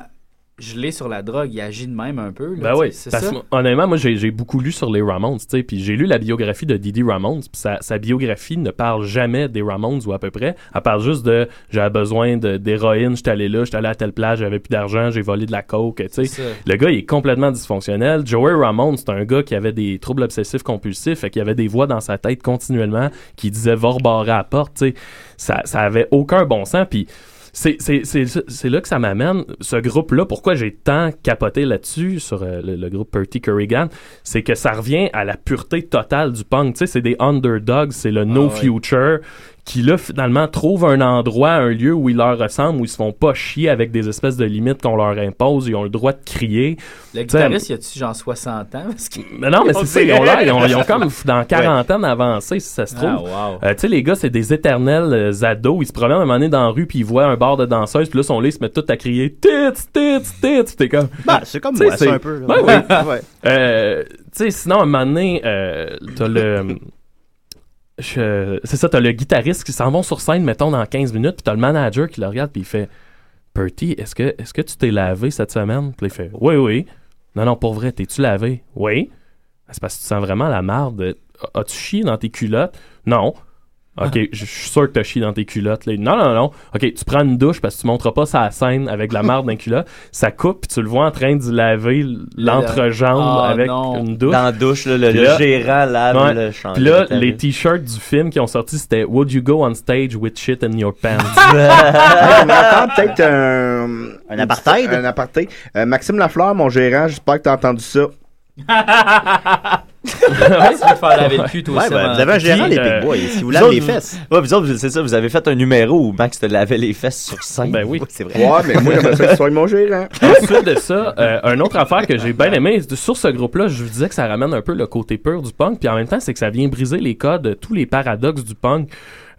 [SPEAKER 12] gelé sur la drogue, il agit de même un peu. Là,
[SPEAKER 6] Ben
[SPEAKER 12] tu
[SPEAKER 6] oui,
[SPEAKER 12] sais, c'est
[SPEAKER 6] parce
[SPEAKER 12] ça.
[SPEAKER 6] que, honnêtement, moi j'ai j'ai beaucoup lu sur les Ramones, tu sais, puis j'ai lu la biographie de Didi Ramones, puis sa, sa biographie ne parle jamais des Ramones ou à peu près, elle parle juste de j'avais besoin de- d'héroïne, j'étais allé là, j'étais allé à telle plage, j'avais plus d'argent, j'ai volé de la coke, tu
[SPEAKER 12] C'est
[SPEAKER 6] sais.
[SPEAKER 12] ça.
[SPEAKER 6] Le gars il est complètement dysfonctionnel. Joey Ramone, c'est un gars qui avait des troubles obsessifs compulsifs, et qui avait des voix dans sa tête continuellement qui disaient va rebarrer à la porte, tu sais. Ça ça avait aucun bon sens puis c'est- c'est c'est- c'est là que ça m'amène. Ce groupe-là, pourquoi j'ai tant capoté là-dessus, sur euh, le, le groupe Perty Currigan, c'est que ça revient à la pureté totale du punk. Tu sais, c'est des underdogs, c'est le no
[SPEAKER 12] ouais.
[SPEAKER 6] future, qui là, finalement, trouvent un endroit, un lieu où ils leur ressemblent, où ils se font pas chier avec des espèces de limites qu'on leur impose, ils ont le droit de crier.
[SPEAKER 12] Le
[SPEAKER 6] Tu sais,
[SPEAKER 12] guitariste, il a-tu genre 60 ans? Parce que-
[SPEAKER 6] mais non, mais c'est ça, ils ont l'air, ils ont, ils ont comme dans quarantaine avancé, si ça se trouve.
[SPEAKER 12] Ah, wow.
[SPEAKER 6] Euh, tu sais, les gars, c'est des éternels euh, ados. Ils se promènent à un moment donné dans la rue, puis ils voient un bar de danseuses, puis là, ils sont là, ils se mettent tous à crier « Tits, tits, tits ». Puis T'es comme...
[SPEAKER 4] Bah, c'est comme
[SPEAKER 6] Tu sais,
[SPEAKER 4] moi, ça,
[SPEAKER 6] c'est-
[SPEAKER 4] un peu, là.
[SPEAKER 6] Ouais, oui.
[SPEAKER 4] Ouais.
[SPEAKER 6] Euh, tu sais, sinon, à un moment donné, euh, t'as le... je- c'est ça, t'as le guitariste qui s'en va sur scène, mettons, dans 15 minutes, puis t'as le manager qui le regarde, puis il fait « Perty, est-ce que, est que tu t'es lavé cette semaine? » Puis il fait « Oui, oui. Non, non, pour vrai, t'es-tu lavé? Oui. Ah, C'est parce que tu sens vraiment la marde. As-tu chié dans tes culottes? Non. OK, je je suis sûr que t'as chié dans tes culottes. là. Non, non, non. OK, tu prends une douche parce que tu montres pas ça à la scène avec de la marde dans les culottes. Ça coupe, puis tu le vois en train de laver l'entrejambe
[SPEAKER 10] Ah,
[SPEAKER 6] avec
[SPEAKER 10] non.
[SPEAKER 6] une douche.
[SPEAKER 10] Dans la douche, là, le-
[SPEAKER 6] Puis
[SPEAKER 10] le gérant lave le chandail.
[SPEAKER 6] Puis là,
[SPEAKER 10] T'as vu?
[SPEAKER 6] les t-shirts du film qui ont sorti, c'était « Would you go on stage with shit in your pants?
[SPEAKER 8] on entend peut-être un... Un apartheid. Un apartheid. Euh, Maxime Lafleur, mon gérant, j'espère que t'as entendu ça.
[SPEAKER 12] tu veux te faire laver le cul, toi
[SPEAKER 10] Ouais,
[SPEAKER 12] aussi,
[SPEAKER 10] ben,
[SPEAKER 12] avant-
[SPEAKER 10] vous avez un gérant,
[SPEAKER 12] Puis,
[SPEAKER 10] les
[SPEAKER 12] euh,
[SPEAKER 10] Big Boys. Si vous
[SPEAKER 12] vous
[SPEAKER 10] lavez
[SPEAKER 12] autres,
[SPEAKER 10] les
[SPEAKER 12] vous-
[SPEAKER 10] fesses. Ouais, vous autres, c'est ça, vous avez fait un numéro où Max te lavait les fesses sur scène. Ben
[SPEAKER 6] oui.
[SPEAKER 10] c'est vrai.
[SPEAKER 8] Ouais, mais moi, j'aimerais ça que tu sois mon gérant.
[SPEAKER 6] Ensuite de ça, euh, une autre affaire que j'ai bien aimé sur ce groupe-là, je vous disais que ça ramène un peu le côté pur du punk, puis en même temps, c'est que ça vient briser les codes, tous les paradoxes du punk.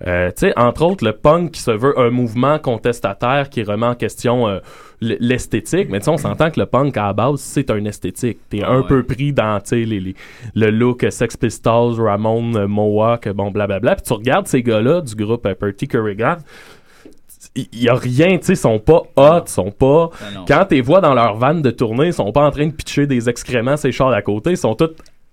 [SPEAKER 6] Euh, tu sais, entre autres, le punk qui se veut un mouvement contestataire qui remet en question euh, l- l'esthétique, mais tu sais, on s'entend que le punk à la base, c'est un esthétique. T'es un peu pris dans, tu sais, les, les- le look euh, Sex Pistols, Ramon, euh, Mohawk, bon, blablabla. Puis tu regardes ces gars-là du groupe euh, Perty Currigan, il y a rien, tu sais, ils sont pas hot, ils sont pas.
[SPEAKER 12] Ah,
[SPEAKER 6] Quand t'es vois dans leur van de tournée, ils sont pas en train de pitcher des excréments ces chars à côté, ils sont tous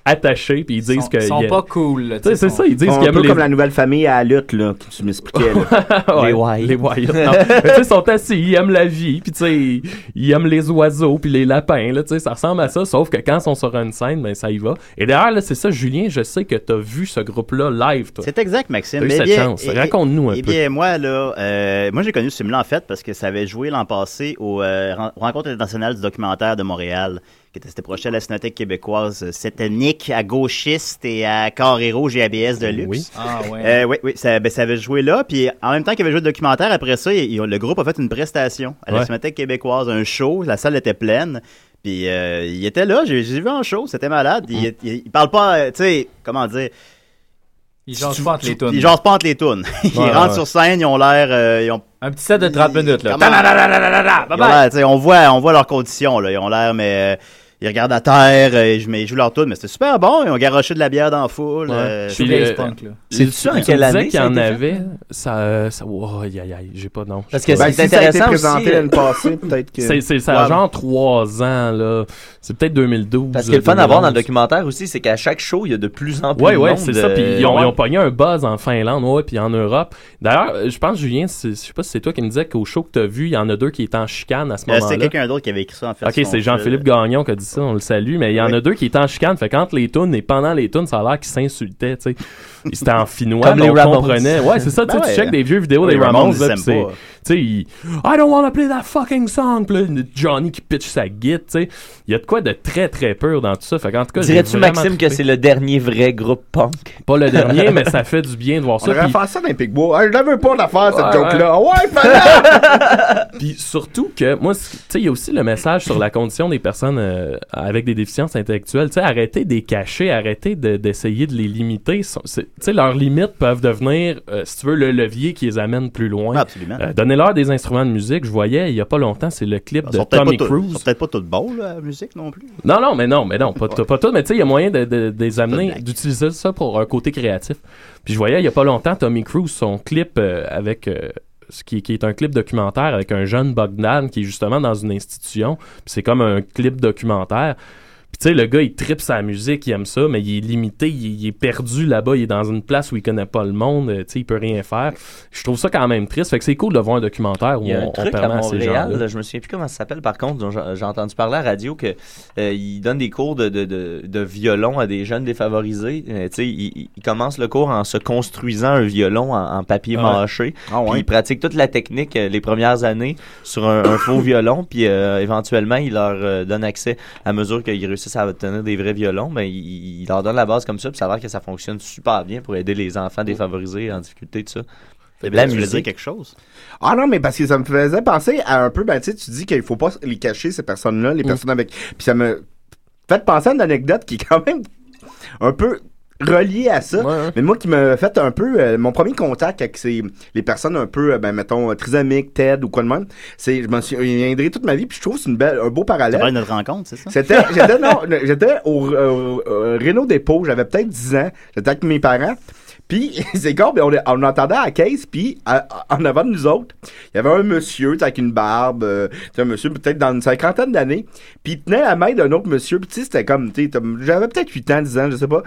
[SPEAKER 6] attachés puis ils disent que
[SPEAKER 12] Ils sont
[SPEAKER 6] y a-
[SPEAKER 12] pas cool. là,
[SPEAKER 6] Tu sais, c'est ça, ils disent
[SPEAKER 8] Un
[SPEAKER 6] qu'ils aiment
[SPEAKER 8] peu
[SPEAKER 6] les-
[SPEAKER 8] comme la nouvelle famille à la lutte, là, que tu m'expliquais. là.
[SPEAKER 6] Ouais, Les Wyatt, non. Mais tu sais, ils sont assis, ils aiment la vie, puis tu sais, ils- ils aiment les oiseaux, puis les lapins, là, tu sais, ça ressemble à ça, sauf que quand ils sont sur une scène, ben ça y va. Et d'ailleurs, là, c'est ça, Julien, je sais que t'as vu ce groupe-là live, toi.
[SPEAKER 4] C'est exact, Maxime.
[SPEAKER 6] T'as eu
[SPEAKER 4] Eh
[SPEAKER 6] cette
[SPEAKER 4] bien,
[SPEAKER 6] chance.
[SPEAKER 4] eh- eh-
[SPEAKER 6] Raconte-nous un
[SPEAKER 4] eh
[SPEAKER 6] peu.
[SPEAKER 4] bien, moi, là, euh, moi, j'ai connu ce film-là, en fait, parce que ça avait joué l'an passé euh, aux Rencontres internationales du documentaire de Montréal, qui était, c'était proche à la Cinéthèque québécoise. C'était Nick à gauchiste et à carré rouge et ABS de luxe.
[SPEAKER 12] Oui. Ah, ouais.
[SPEAKER 4] Euh, oui, oui, ça, ben, ça avait joué là. Puis en même temps qu'il avait joué le documentaire, après ça, il- il- le groupe a fait une prestation à la
[SPEAKER 12] Ouais.
[SPEAKER 4] Cinémathèque québécoise, un show. La salle était pleine. Puis euh, il était là, j'ai j'ai vu un show, c'était malade.
[SPEAKER 12] Mm.
[SPEAKER 4] Il, il- il parle pas, euh, tu sais, comment dire.
[SPEAKER 12] Ils
[SPEAKER 6] euh,
[SPEAKER 12] jasent pas entre les tunes.
[SPEAKER 4] Ils jasent pas entre les tunes. ils
[SPEAKER 12] Ouais,
[SPEAKER 4] rentrent
[SPEAKER 12] ouais.
[SPEAKER 4] sur scène, ils ont l'air. euh, ils ont...
[SPEAKER 12] Un petit set de 30 minutes, là.
[SPEAKER 4] Comment-
[SPEAKER 12] Ta-da-da-da-da-da-da,
[SPEAKER 4] Ils ont
[SPEAKER 12] bye-bye.
[SPEAKER 4] l'air, tu sais, on, voit, on voit leurs conditions, là. Ils ont l'air, mais. euh, Ils regardent à terre, euh, ils jouent- mais ils jouent leur tour, mais c'était super bon. Ils ont garoché de la bière dans la foule. euh,
[SPEAKER 6] Puis le-
[SPEAKER 4] C'est
[SPEAKER 6] tu
[SPEAKER 4] ça en
[SPEAKER 6] me
[SPEAKER 4] quelle
[SPEAKER 6] disais qu'il
[SPEAKER 4] année
[SPEAKER 6] y
[SPEAKER 4] ça a
[SPEAKER 6] en
[SPEAKER 4] été fait?
[SPEAKER 6] avait ça euh, ça oh, aïe aïe aïe, j'ai pas de nom.
[SPEAKER 10] Parce
[SPEAKER 6] Je sais
[SPEAKER 10] que
[SPEAKER 6] pas.
[SPEAKER 10] c'est Ben, si ça a été intéressant présenté aussi, l'année euh, passée,
[SPEAKER 8] peut-être que-
[SPEAKER 6] c'est c'est ça a
[SPEAKER 10] Ouais.
[SPEAKER 6] genre 3 ans là. C'est peut-être 2012.
[SPEAKER 10] Parce que le fun à
[SPEAKER 6] 2011.
[SPEAKER 10] voir dans le documentaire aussi, c'est qu'à chaque show, il y a de plus en plus
[SPEAKER 6] Ouais,
[SPEAKER 10] de
[SPEAKER 6] ouais,
[SPEAKER 10] monde,
[SPEAKER 6] c'est ça.
[SPEAKER 10] euh,
[SPEAKER 6] Puis ils ont,
[SPEAKER 10] ouais.
[SPEAKER 6] ils ont pogné un buzz en Finlande, ouais, puis en Europe. D'ailleurs, euh, je pense, Julien, c'est- je sais pas si c'est toi qui me disais qu'au show que t'as vu, il y en a deux qui étaient en chicane à ce
[SPEAKER 4] Euh,
[SPEAKER 6] moment-là.
[SPEAKER 4] c'était quelqu'un d'autre qui avait écrit ça en fait.
[SPEAKER 6] Ok,
[SPEAKER 4] son
[SPEAKER 6] c'est Jean-Philippe Gagnon qui a dit ça, on le salue, mais il y en a deux qui étaient en chicane. Fait qu'entre les tunes et pendant les tunes, ça a l'air qu'ils s'insultaient, tu sais. Ils étaient en finnois,
[SPEAKER 10] Comme
[SPEAKER 6] mais
[SPEAKER 10] les
[SPEAKER 6] on
[SPEAKER 10] Ramones.
[SPEAKER 6] comprenait. Ouais, c'est ça, tu sais,
[SPEAKER 10] Ben
[SPEAKER 6] tu
[SPEAKER 10] ouais.
[SPEAKER 6] check des vieux vidéos
[SPEAKER 10] Les
[SPEAKER 6] des Ramones,
[SPEAKER 10] Ramones,
[SPEAKER 6] là,
[SPEAKER 10] ils
[SPEAKER 6] pis c'est,
[SPEAKER 10] s'aiment
[SPEAKER 6] tu
[SPEAKER 10] pas.
[SPEAKER 6] sais, ils- I don't wanna play that fucking song, pis là, Johnny qui pitch sa guite, tu sais. Il y a de quoi de très, très pur dans tout ça. Fait qu'en tout cas, j'ai
[SPEAKER 10] Dirais-tu,
[SPEAKER 6] vraiment
[SPEAKER 10] Maxime,
[SPEAKER 6] trippé.
[SPEAKER 10] que c'est le dernier vrai groupe punk?
[SPEAKER 6] Pas le dernier, mais ça fait du bien de voir
[SPEAKER 8] On
[SPEAKER 6] ça.
[SPEAKER 8] devrait
[SPEAKER 6] pis-
[SPEAKER 8] faire ça dans les Pigbois. Ah, je la veux pas la faire, cette
[SPEAKER 6] Ouais,
[SPEAKER 8] joke-là.
[SPEAKER 6] ouais.
[SPEAKER 8] Ouais, fallait!
[SPEAKER 6] Puis surtout que, moi, c- tu sais, il y a aussi le message sur la condition des personnes euh, avec des déficiences intellectuelles. Tu sais, arrêtez de les cacher, arrêtez de- d'essayer de, les limiter. So- c'est- Tu sais, leurs limites peuvent devenir, euh, si tu veux, le levier qui les amène plus loin.
[SPEAKER 4] Absolument.
[SPEAKER 6] Euh, Donnez-leur des instruments de musique. Je voyais, il y a pas longtemps, c'est le clip
[SPEAKER 4] Ils
[SPEAKER 6] de
[SPEAKER 4] sont peut-être
[SPEAKER 6] Tommy
[SPEAKER 4] pas tous-
[SPEAKER 6] Cruise.
[SPEAKER 4] ils sont peut-être pas tous bons, là, la musique non plus.
[SPEAKER 6] Non, non, mais non, mais non, pas, pas tout, mais tu sais, il y a moyen de, de- de les amener, d'utiliser ça pour un côté créatif. Puis je voyais il y a pas longtemps Tommy Cruise, son clip euh, avec. euh, ce qui, qui est un clip documentaire avec un jeune Bogdan qui est justement dans une institution. Puis c'est comme un clip documentaire. Puis tu sais, le gars, il tripe sa musique, il aime ça, mais il est limité, il, il est perdu là-bas, il est dans une place où il connaît pas le monde, euh, tu sais, il peut rien faire. Je trouve ça quand même triste. Fait que c'est cool de voir un documentaire où
[SPEAKER 10] Il y a
[SPEAKER 6] on,
[SPEAKER 10] un
[SPEAKER 6] on
[SPEAKER 10] truc à
[SPEAKER 6] permet à, ces gens-là.
[SPEAKER 10] Montréal, je me souviens plus comment ça s'appelle par contre, dont j'ai j'ai entendu parler à la radio que euh, ils donnent des cours de, de, de, de violon à des jeunes défavorisés. Euh, tu sais, ils, ils commencent le cours en se construisant un violon en, en papier
[SPEAKER 4] Ah ouais.
[SPEAKER 10] mâché.
[SPEAKER 4] Ah ouais.
[SPEAKER 10] Puis ils pratiquent toute la technique euh, les premières années sur un, un faux violon. Puis euh, éventuellement, ils leur euh, donnent accès à mesure qu'ils réussissent à obtenir des vrais violons. Mais ils, ils leur donnent la base comme ça. Puis ça a l'air que ça fonctionne super bien pour aider les enfants défavorisés en difficulté, tout ça.
[SPEAKER 4] bien, tu voulais dire quelque chose?
[SPEAKER 8] Ah non, mais parce que ça me faisait penser à un peu, ben tu sais, tu dis qu'il faut pas les cacher, ces personnes-là, les personnes avec... Puis ça me fait penser à une anecdote qui est quand même un peu reliée à ça. Mais moi qui me fait un peu... euh, mon premier contact avec ces, les personnes un peu, euh, ben mettons, euh, trisomiques, TED ou quoi de même, c'est... Je m'en souviendrai toute ma vie, puis je trouve que c'est une belle, un beau
[SPEAKER 4] Ça
[SPEAKER 8] parallèle.
[SPEAKER 4] va être notre rencontre, c'est ça?
[SPEAKER 8] C'était, j'étais, non, j'étais au, au- au Renault Dépôt, j'avais peut-être 10 ans, j'étais avec mes parents. Puis, c'est con, mais on, on entendait à la caisse, puis à- à- en avant de nous autres, il y avait un monsieur tu sais, avec une barbe, euh, tu sais, un monsieur peut-être dans une cinquantaine d'années, puis il tenait la main d'un autre monsieur, puis tu sais, c'était comme, tu sais, t'as- j'avais peut-être 8 ans, 10 ans, je sais pas.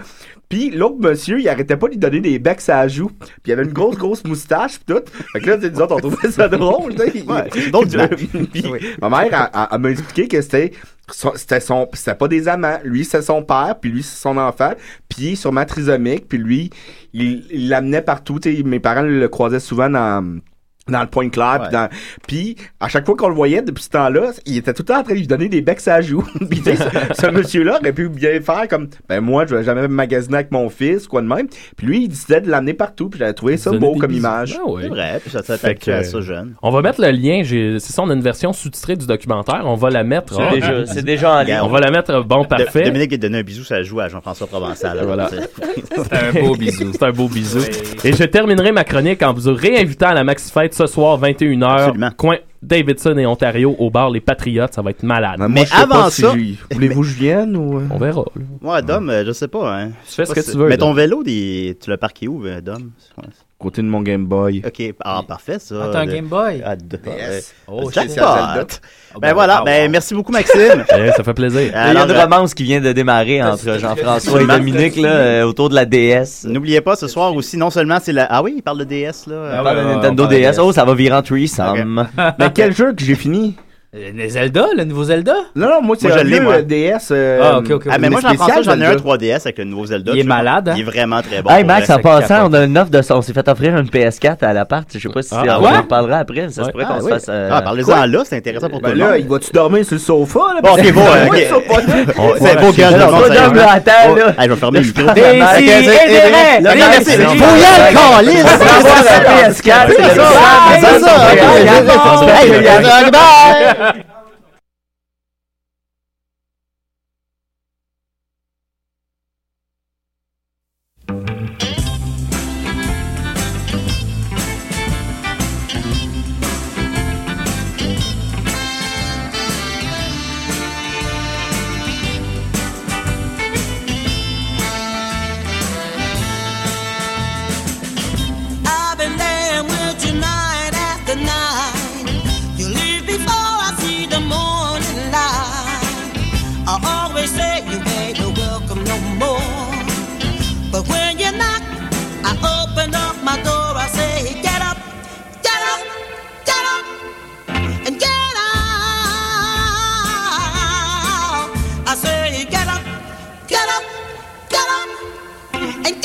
[SPEAKER 8] Puis l'autre monsieur, il arrêtait pas de lui donner des becs à la joue, puis il avait une grosse, grosse moustache, puis tout. Fait que là, tu sais, nous autres, on trouvait ça drôle, tu sais.
[SPEAKER 4] d'autres
[SPEAKER 8] Puis Ma mère, elle, elle- elle m'a expliqué que c'était son- c'était son c'était pas des amants lui c'est son père puis lui c'est son enfant puis sûrement trisomique puis lui il il l'amenait partout tu sais, mes parents le croisaient souvent dans dans le point clair puis
[SPEAKER 4] Ouais.
[SPEAKER 8] dans- puis à chaque fois qu'on le voyait depuis ce temps-là il était tout le temps en train de lui donner des becs à joue puis tu sais, ce, monsieur là aurait pu bien faire comme ben moi je vais jamais me magasiner avec mon fils quoi de même puis lui il décidait de l'amener partout puis j'avais trouvé ça
[SPEAKER 6] Donner
[SPEAKER 8] beau
[SPEAKER 6] des
[SPEAKER 8] comme
[SPEAKER 6] bisous.
[SPEAKER 8] image
[SPEAKER 6] Ah ouais.
[SPEAKER 4] C'est vrai, puis ça
[SPEAKER 6] Fait
[SPEAKER 4] s'attaque
[SPEAKER 6] que,
[SPEAKER 4] à ça jeune.
[SPEAKER 6] On va mettre le lien. j'ai- C'est ça, on a une version sous-titrée du documentaire. On va la mettre.
[SPEAKER 4] C'est déjà- c'est déjà en ligne.
[SPEAKER 6] On va la mettre. Bon,
[SPEAKER 4] De-
[SPEAKER 6] parfait.
[SPEAKER 4] Dominique a donné un bisou, ça joue à Jean-François Provençal.
[SPEAKER 6] Voilà.
[SPEAKER 4] C'est
[SPEAKER 6] C'est un beau bisou. Et je terminerai ma chronique en vous réinvitant à la Maxi Fête ce soir, 21h. Coin Davidson et Ontario au bar Les Patriotes. Ça va être malade.
[SPEAKER 8] Moi, je sais pas si j'y- voulez-vous que je vienne ou euh,
[SPEAKER 6] On verra. là.
[SPEAKER 4] Moi, Dom, euh, je sais pas. Hein. Je
[SPEAKER 6] fais
[SPEAKER 4] sais
[SPEAKER 6] ce
[SPEAKER 4] pas
[SPEAKER 6] que tu veux,
[SPEAKER 4] Mais ton
[SPEAKER 6] Dom.
[SPEAKER 4] vélo, des- tu l'as parqué où, euh, Dom
[SPEAKER 8] Côté de mon Game Boy.
[SPEAKER 4] Ok, ah, parfait ça.
[SPEAKER 6] euh,
[SPEAKER 8] Ah, t'as un
[SPEAKER 4] De-
[SPEAKER 8] Game Boy?
[SPEAKER 4] Ah, de-
[SPEAKER 8] Yes.
[SPEAKER 4] euh,
[SPEAKER 8] Oh,
[SPEAKER 4] jackpot.
[SPEAKER 8] chez Zelda.
[SPEAKER 12] oh,
[SPEAKER 4] Ben voilà, ben merci beaucoup, Maxime.
[SPEAKER 6] Eh, ça fait plaisir.
[SPEAKER 10] Il y a une
[SPEAKER 4] Alors, euh, Ben,
[SPEAKER 10] romance qui vient de démarrer entre Jean-François et Dominique là, euh, autour de la DS.
[SPEAKER 4] N'oubliez pas, ce soir aussi, non seulement c'est la. Ah oui, il parle de DS, là.
[SPEAKER 10] On parle de
[SPEAKER 8] Euh,
[SPEAKER 10] Nintendo DS. Oh, ça va virer en threesome.
[SPEAKER 8] Mais quel jeu que j'ai fini?
[SPEAKER 12] Le Zelda, le nouveau Zelda?
[SPEAKER 8] Non, non, moi, c'est
[SPEAKER 4] Moi,
[SPEAKER 8] un
[SPEAKER 4] je l'ai,
[SPEAKER 8] vieux,
[SPEAKER 4] moi.
[SPEAKER 8] euh, DS. euh,
[SPEAKER 4] Ah, ok, ok. Ah, mais moi, j'en
[SPEAKER 8] spécial
[SPEAKER 4] pense j'en ai un
[SPEAKER 8] Zelda.
[SPEAKER 4] 3DS avec le nouveau Zelda.
[SPEAKER 10] Il est
[SPEAKER 4] Je-
[SPEAKER 10] malade, hein?
[SPEAKER 4] Il est vraiment très bon.
[SPEAKER 10] Hey
[SPEAKER 4] pour
[SPEAKER 10] Max, hein,
[SPEAKER 4] vrai.
[SPEAKER 10] en passant, on a une offre de On s'est fait offrir une PS4 à l'appart. Je sais pas si
[SPEAKER 4] Ah,
[SPEAKER 10] on
[SPEAKER 4] ouais?
[SPEAKER 10] en reparlera après. Ça se
[SPEAKER 4] Ouais.
[SPEAKER 10] pourrait
[SPEAKER 4] Ah,
[SPEAKER 10] qu'on se
[SPEAKER 4] oui.
[SPEAKER 10] fasse. euh,
[SPEAKER 4] Ah, parlez-en
[SPEAKER 10] quoi?
[SPEAKER 4] là, c'est intéressant pour
[SPEAKER 8] Ben
[SPEAKER 4] tout le
[SPEAKER 8] là,
[SPEAKER 4] monde.
[SPEAKER 8] il va-tu dormir sur le sofa? Là,
[SPEAKER 4] Bon,
[SPEAKER 8] Parce
[SPEAKER 4] ok,
[SPEAKER 8] que
[SPEAKER 4] bon, euh,
[SPEAKER 8] moi,
[SPEAKER 4] ok.
[SPEAKER 8] le sofa-
[SPEAKER 4] On- C'est beau,
[SPEAKER 8] Je
[SPEAKER 4] Gab,
[SPEAKER 8] dors
[SPEAKER 4] le monde,
[SPEAKER 8] pas
[SPEAKER 4] sérieux.
[SPEAKER 8] dans le attends,
[SPEAKER 4] Oh,
[SPEAKER 8] là.
[SPEAKER 4] hey, je vais fermer le
[SPEAKER 8] Là,
[SPEAKER 4] micro.
[SPEAKER 8] je prends ma-
[SPEAKER 4] Ok,
[SPEAKER 8] Des
[SPEAKER 4] c'est-
[SPEAKER 8] idées,
[SPEAKER 4] c'est-
[SPEAKER 8] des
[SPEAKER 4] Là,
[SPEAKER 8] rêves.
[SPEAKER 4] merci.
[SPEAKER 8] Des idées.
[SPEAKER 4] Fouillade, câlisse.
[SPEAKER 8] C'est ça,
[SPEAKER 4] C'est ça,
[SPEAKER 8] la PS4,
[SPEAKER 4] c'est
[SPEAKER 8] c'est
[SPEAKER 4] ça.
[SPEAKER 8] le soir.
[SPEAKER 4] C'est ça.
[SPEAKER 8] Bye.
[SPEAKER 4] Hey,
[SPEAKER 8] Bye.
[SPEAKER 4] Bye.
[SPEAKER 8] Bye.
[SPEAKER 4] Bye.